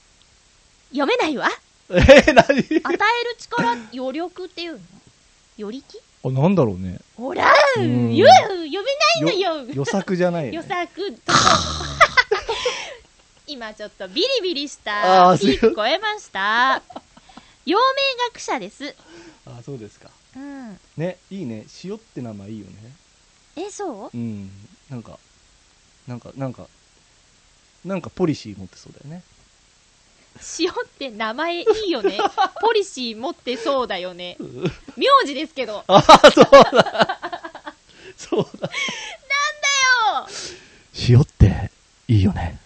S1: 読めないわ。
S3: えー、
S1: 与
S3: 何
S1: える力、余力っていうの余力
S3: あ、なんだろうね。
S1: ほらー
S3: うん
S1: 言う読めないのよ
S3: 予作じゃない
S1: 予
S3: よね。
S1: 作と 今ちょっとビリビリし
S3: あ
S1: た
S3: ーすい
S1: ピ
S3: ま
S1: ーク超えました陽明学者です
S3: あ、そうですか。
S1: うん
S3: ね、いいね。塩って名前いいよね。
S1: えそう
S3: うん。なんか、なんか、なんか、なんかポリシー持ってそうだよね。
S1: 塩って名前いい よねポリシー持ってそうだよね名字ですけど
S3: ああ、そうだ。そうだ。
S1: よ
S3: 塩っていいよね。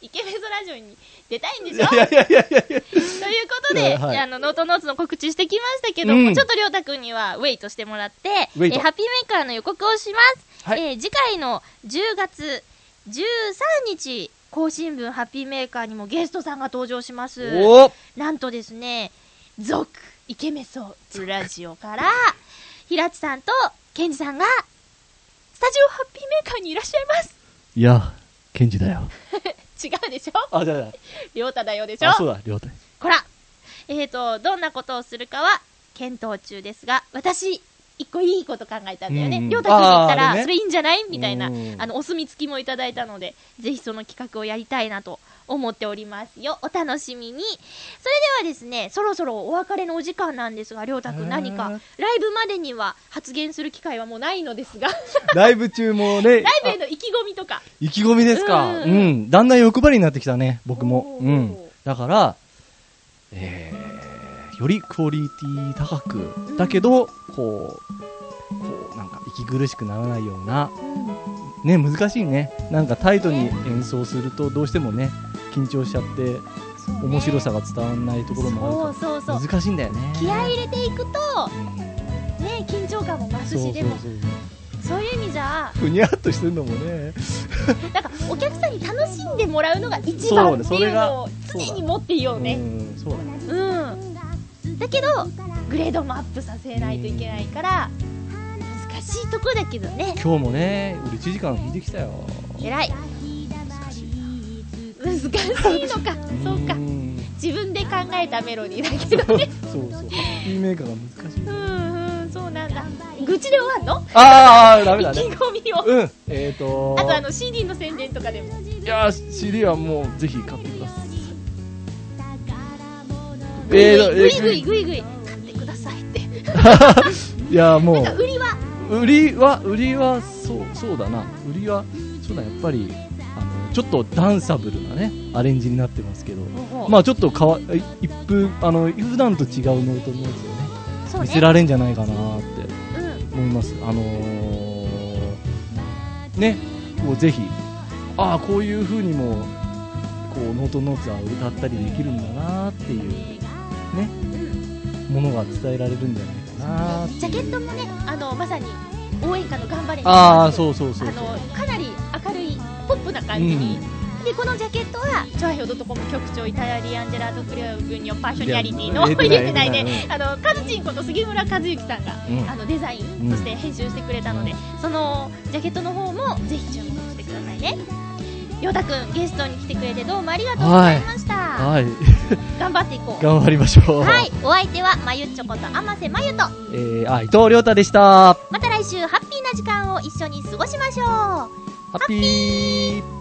S1: イケメンズラジオに出たいんでしょ
S3: いやいやいやいやいや。
S1: ということで、
S3: はい
S1: あの、ノートノーツの告知してきましたけども、
S3: うん
S1: ちょっとりょうたくんにはウェイトしてもらって、え
S3: ウェイト
S1: ーハッピーメーカーの予告をします。
S3: はい
S1: えー次回の10月13日、更新分ハッピーメーカーにもゲストさんが登場します。
S3: おお
S1: なんとですね、続イケメソウラジオから、 平地さんとケンジさんが、スタジオハッピーメーカーにいらっしゃいます。
S3: いや、ケンジだよ。
S1: 違うでしょ
S3: あ、じゃあじ
S1: りょうただよでし
S3: ゃあ、あ、そう
S1: ょ
S3: だ、りょうた。
S1: こらえーと、どんなことをするかは、検討中ですが、私、一個いいこと考えたんだよ
S3: うんう
S1: ね。
S3: ん
S1: りょうたくんに言った
S3: あーあ
S1: ら、
S3: れね
S1: それいいんじゃないみたいな
S3: うん、
S1: あの、お墨付きもいただいたので、ぜひその企画をやりたいなと思っておりますよ。お楽しみに。それではですね、そろそろお別れのお時間なんですが、りょうたくん何か、
S3: あ
S1: ラ
S3: ー
S1: イブまでには発言する機会はもうないのですが、ライ
S3: ライブ中もね、
S1: ブへの意気込みとか。
S3: 意気込みですか。
S1: う
S3: うんん、だんだん欲張りになってきたね、僕も
S1: お。ー
S3: うん。だから、えー、よりクオリティ高く、だけど、こう、こう、なんか息苦しくならないような、
S1: うん
S3: ね、難しいね。なんかタイトに演奏すると、どうしてもね、緊張しちゃって、
S1: そうね
S3: 面白さが伝わらないところもあるか
S1: そうそう
S3: ら、
S1: そう
S3: 難しいんだよね。
S1: 気合い入れていくと
S3: うん
S1: ね緊張感も増す
S3: そう
S1: し
S3: そう
S1: で
S3: そう
S1: もそういう意味じゃ
S3: ふにゃっとしてるのもね
S1: なんかお客さんに楽しんでもらうのが一
S3: そう
S1: 番
S3: ね
S1: って
S3: そ
S1: い
S3: れ
S1: う
S3: が
S1: のを常に持っていようね
S3: んそうだね
S1: うんだけどグレードもアップさせないといけないから難しいとこだけどね
S3: 今日もね俺1時間弾いてきたよ
S1: 偉い
S3: 難しい
S1: 難しいのかそうか
S3: ん
S1: 自分で考えたメロディーだけどね
S3: そうそうハッピーメーカーが難しい
S1: うんうんそうなんだ愚痴で終わんの
S3: ああダメだ
S1: 意気
S3: ね
S1: 込みを
S3: うんえーと
S1: あとあの CD の宣伝とかでも
S3: いやー CD はもうぜひ買ってくださいえーと
S1: グ
S3: え
S1: イ
S3: ー
S1: グイグイグイ買ってくださいって
S3: いやーも
S1: 売りは
S3: う売りは売りはそうそうだな売りはそうだやっぱりあのちょっとダンサブルなねアレンジになってますけどまあちょっとかわい一風あの普段と違うノートなんですよね
S1: そう
S3: 見
S1: ね
S3: せられんじゃないかなって
S1: うん
S3: 思いますあのー、ねこうぜひああこういう風にもこうノートノーツは歌ったりできるんだなっていうねものが伝えられるんじゃないかなっていう
S1: ジャケットもねあのまさに応援歌の頑張れに
S3: ああそうそうそう
S1: あ
S3: そう
S1: のかなり明るいポップな感じに、でこのジャケットはチョアヒョドットコム局長イタリアンジェラートクラブニョパーショニアリティの
S3: い
S1: 入
S3: や
S1: れ
S3: 入れ
S1: て
S3: て
S1: な
S3: ないい
S1: ね
S3: 入れて
S1: あのカズチンこと杉村和幸さんが、
S3: うん
S1: あのデザイン、
S3: うん
S1: そして編集してくれたのでそのジャケットの方もぜひ注目してくださいねヨタくんゲストに来てくれてどうもありがとうございました、
S3: はい
S1: 頑張っていこう
S3: 頑張りましょう
S1: はい、お相手はまゆっちょこと天瀬まゆと
S3: えー、あ伊藤亮太でしたハ
S1: また来週ハッピーな時間を一緒に過ごしましょう
S3: ッピー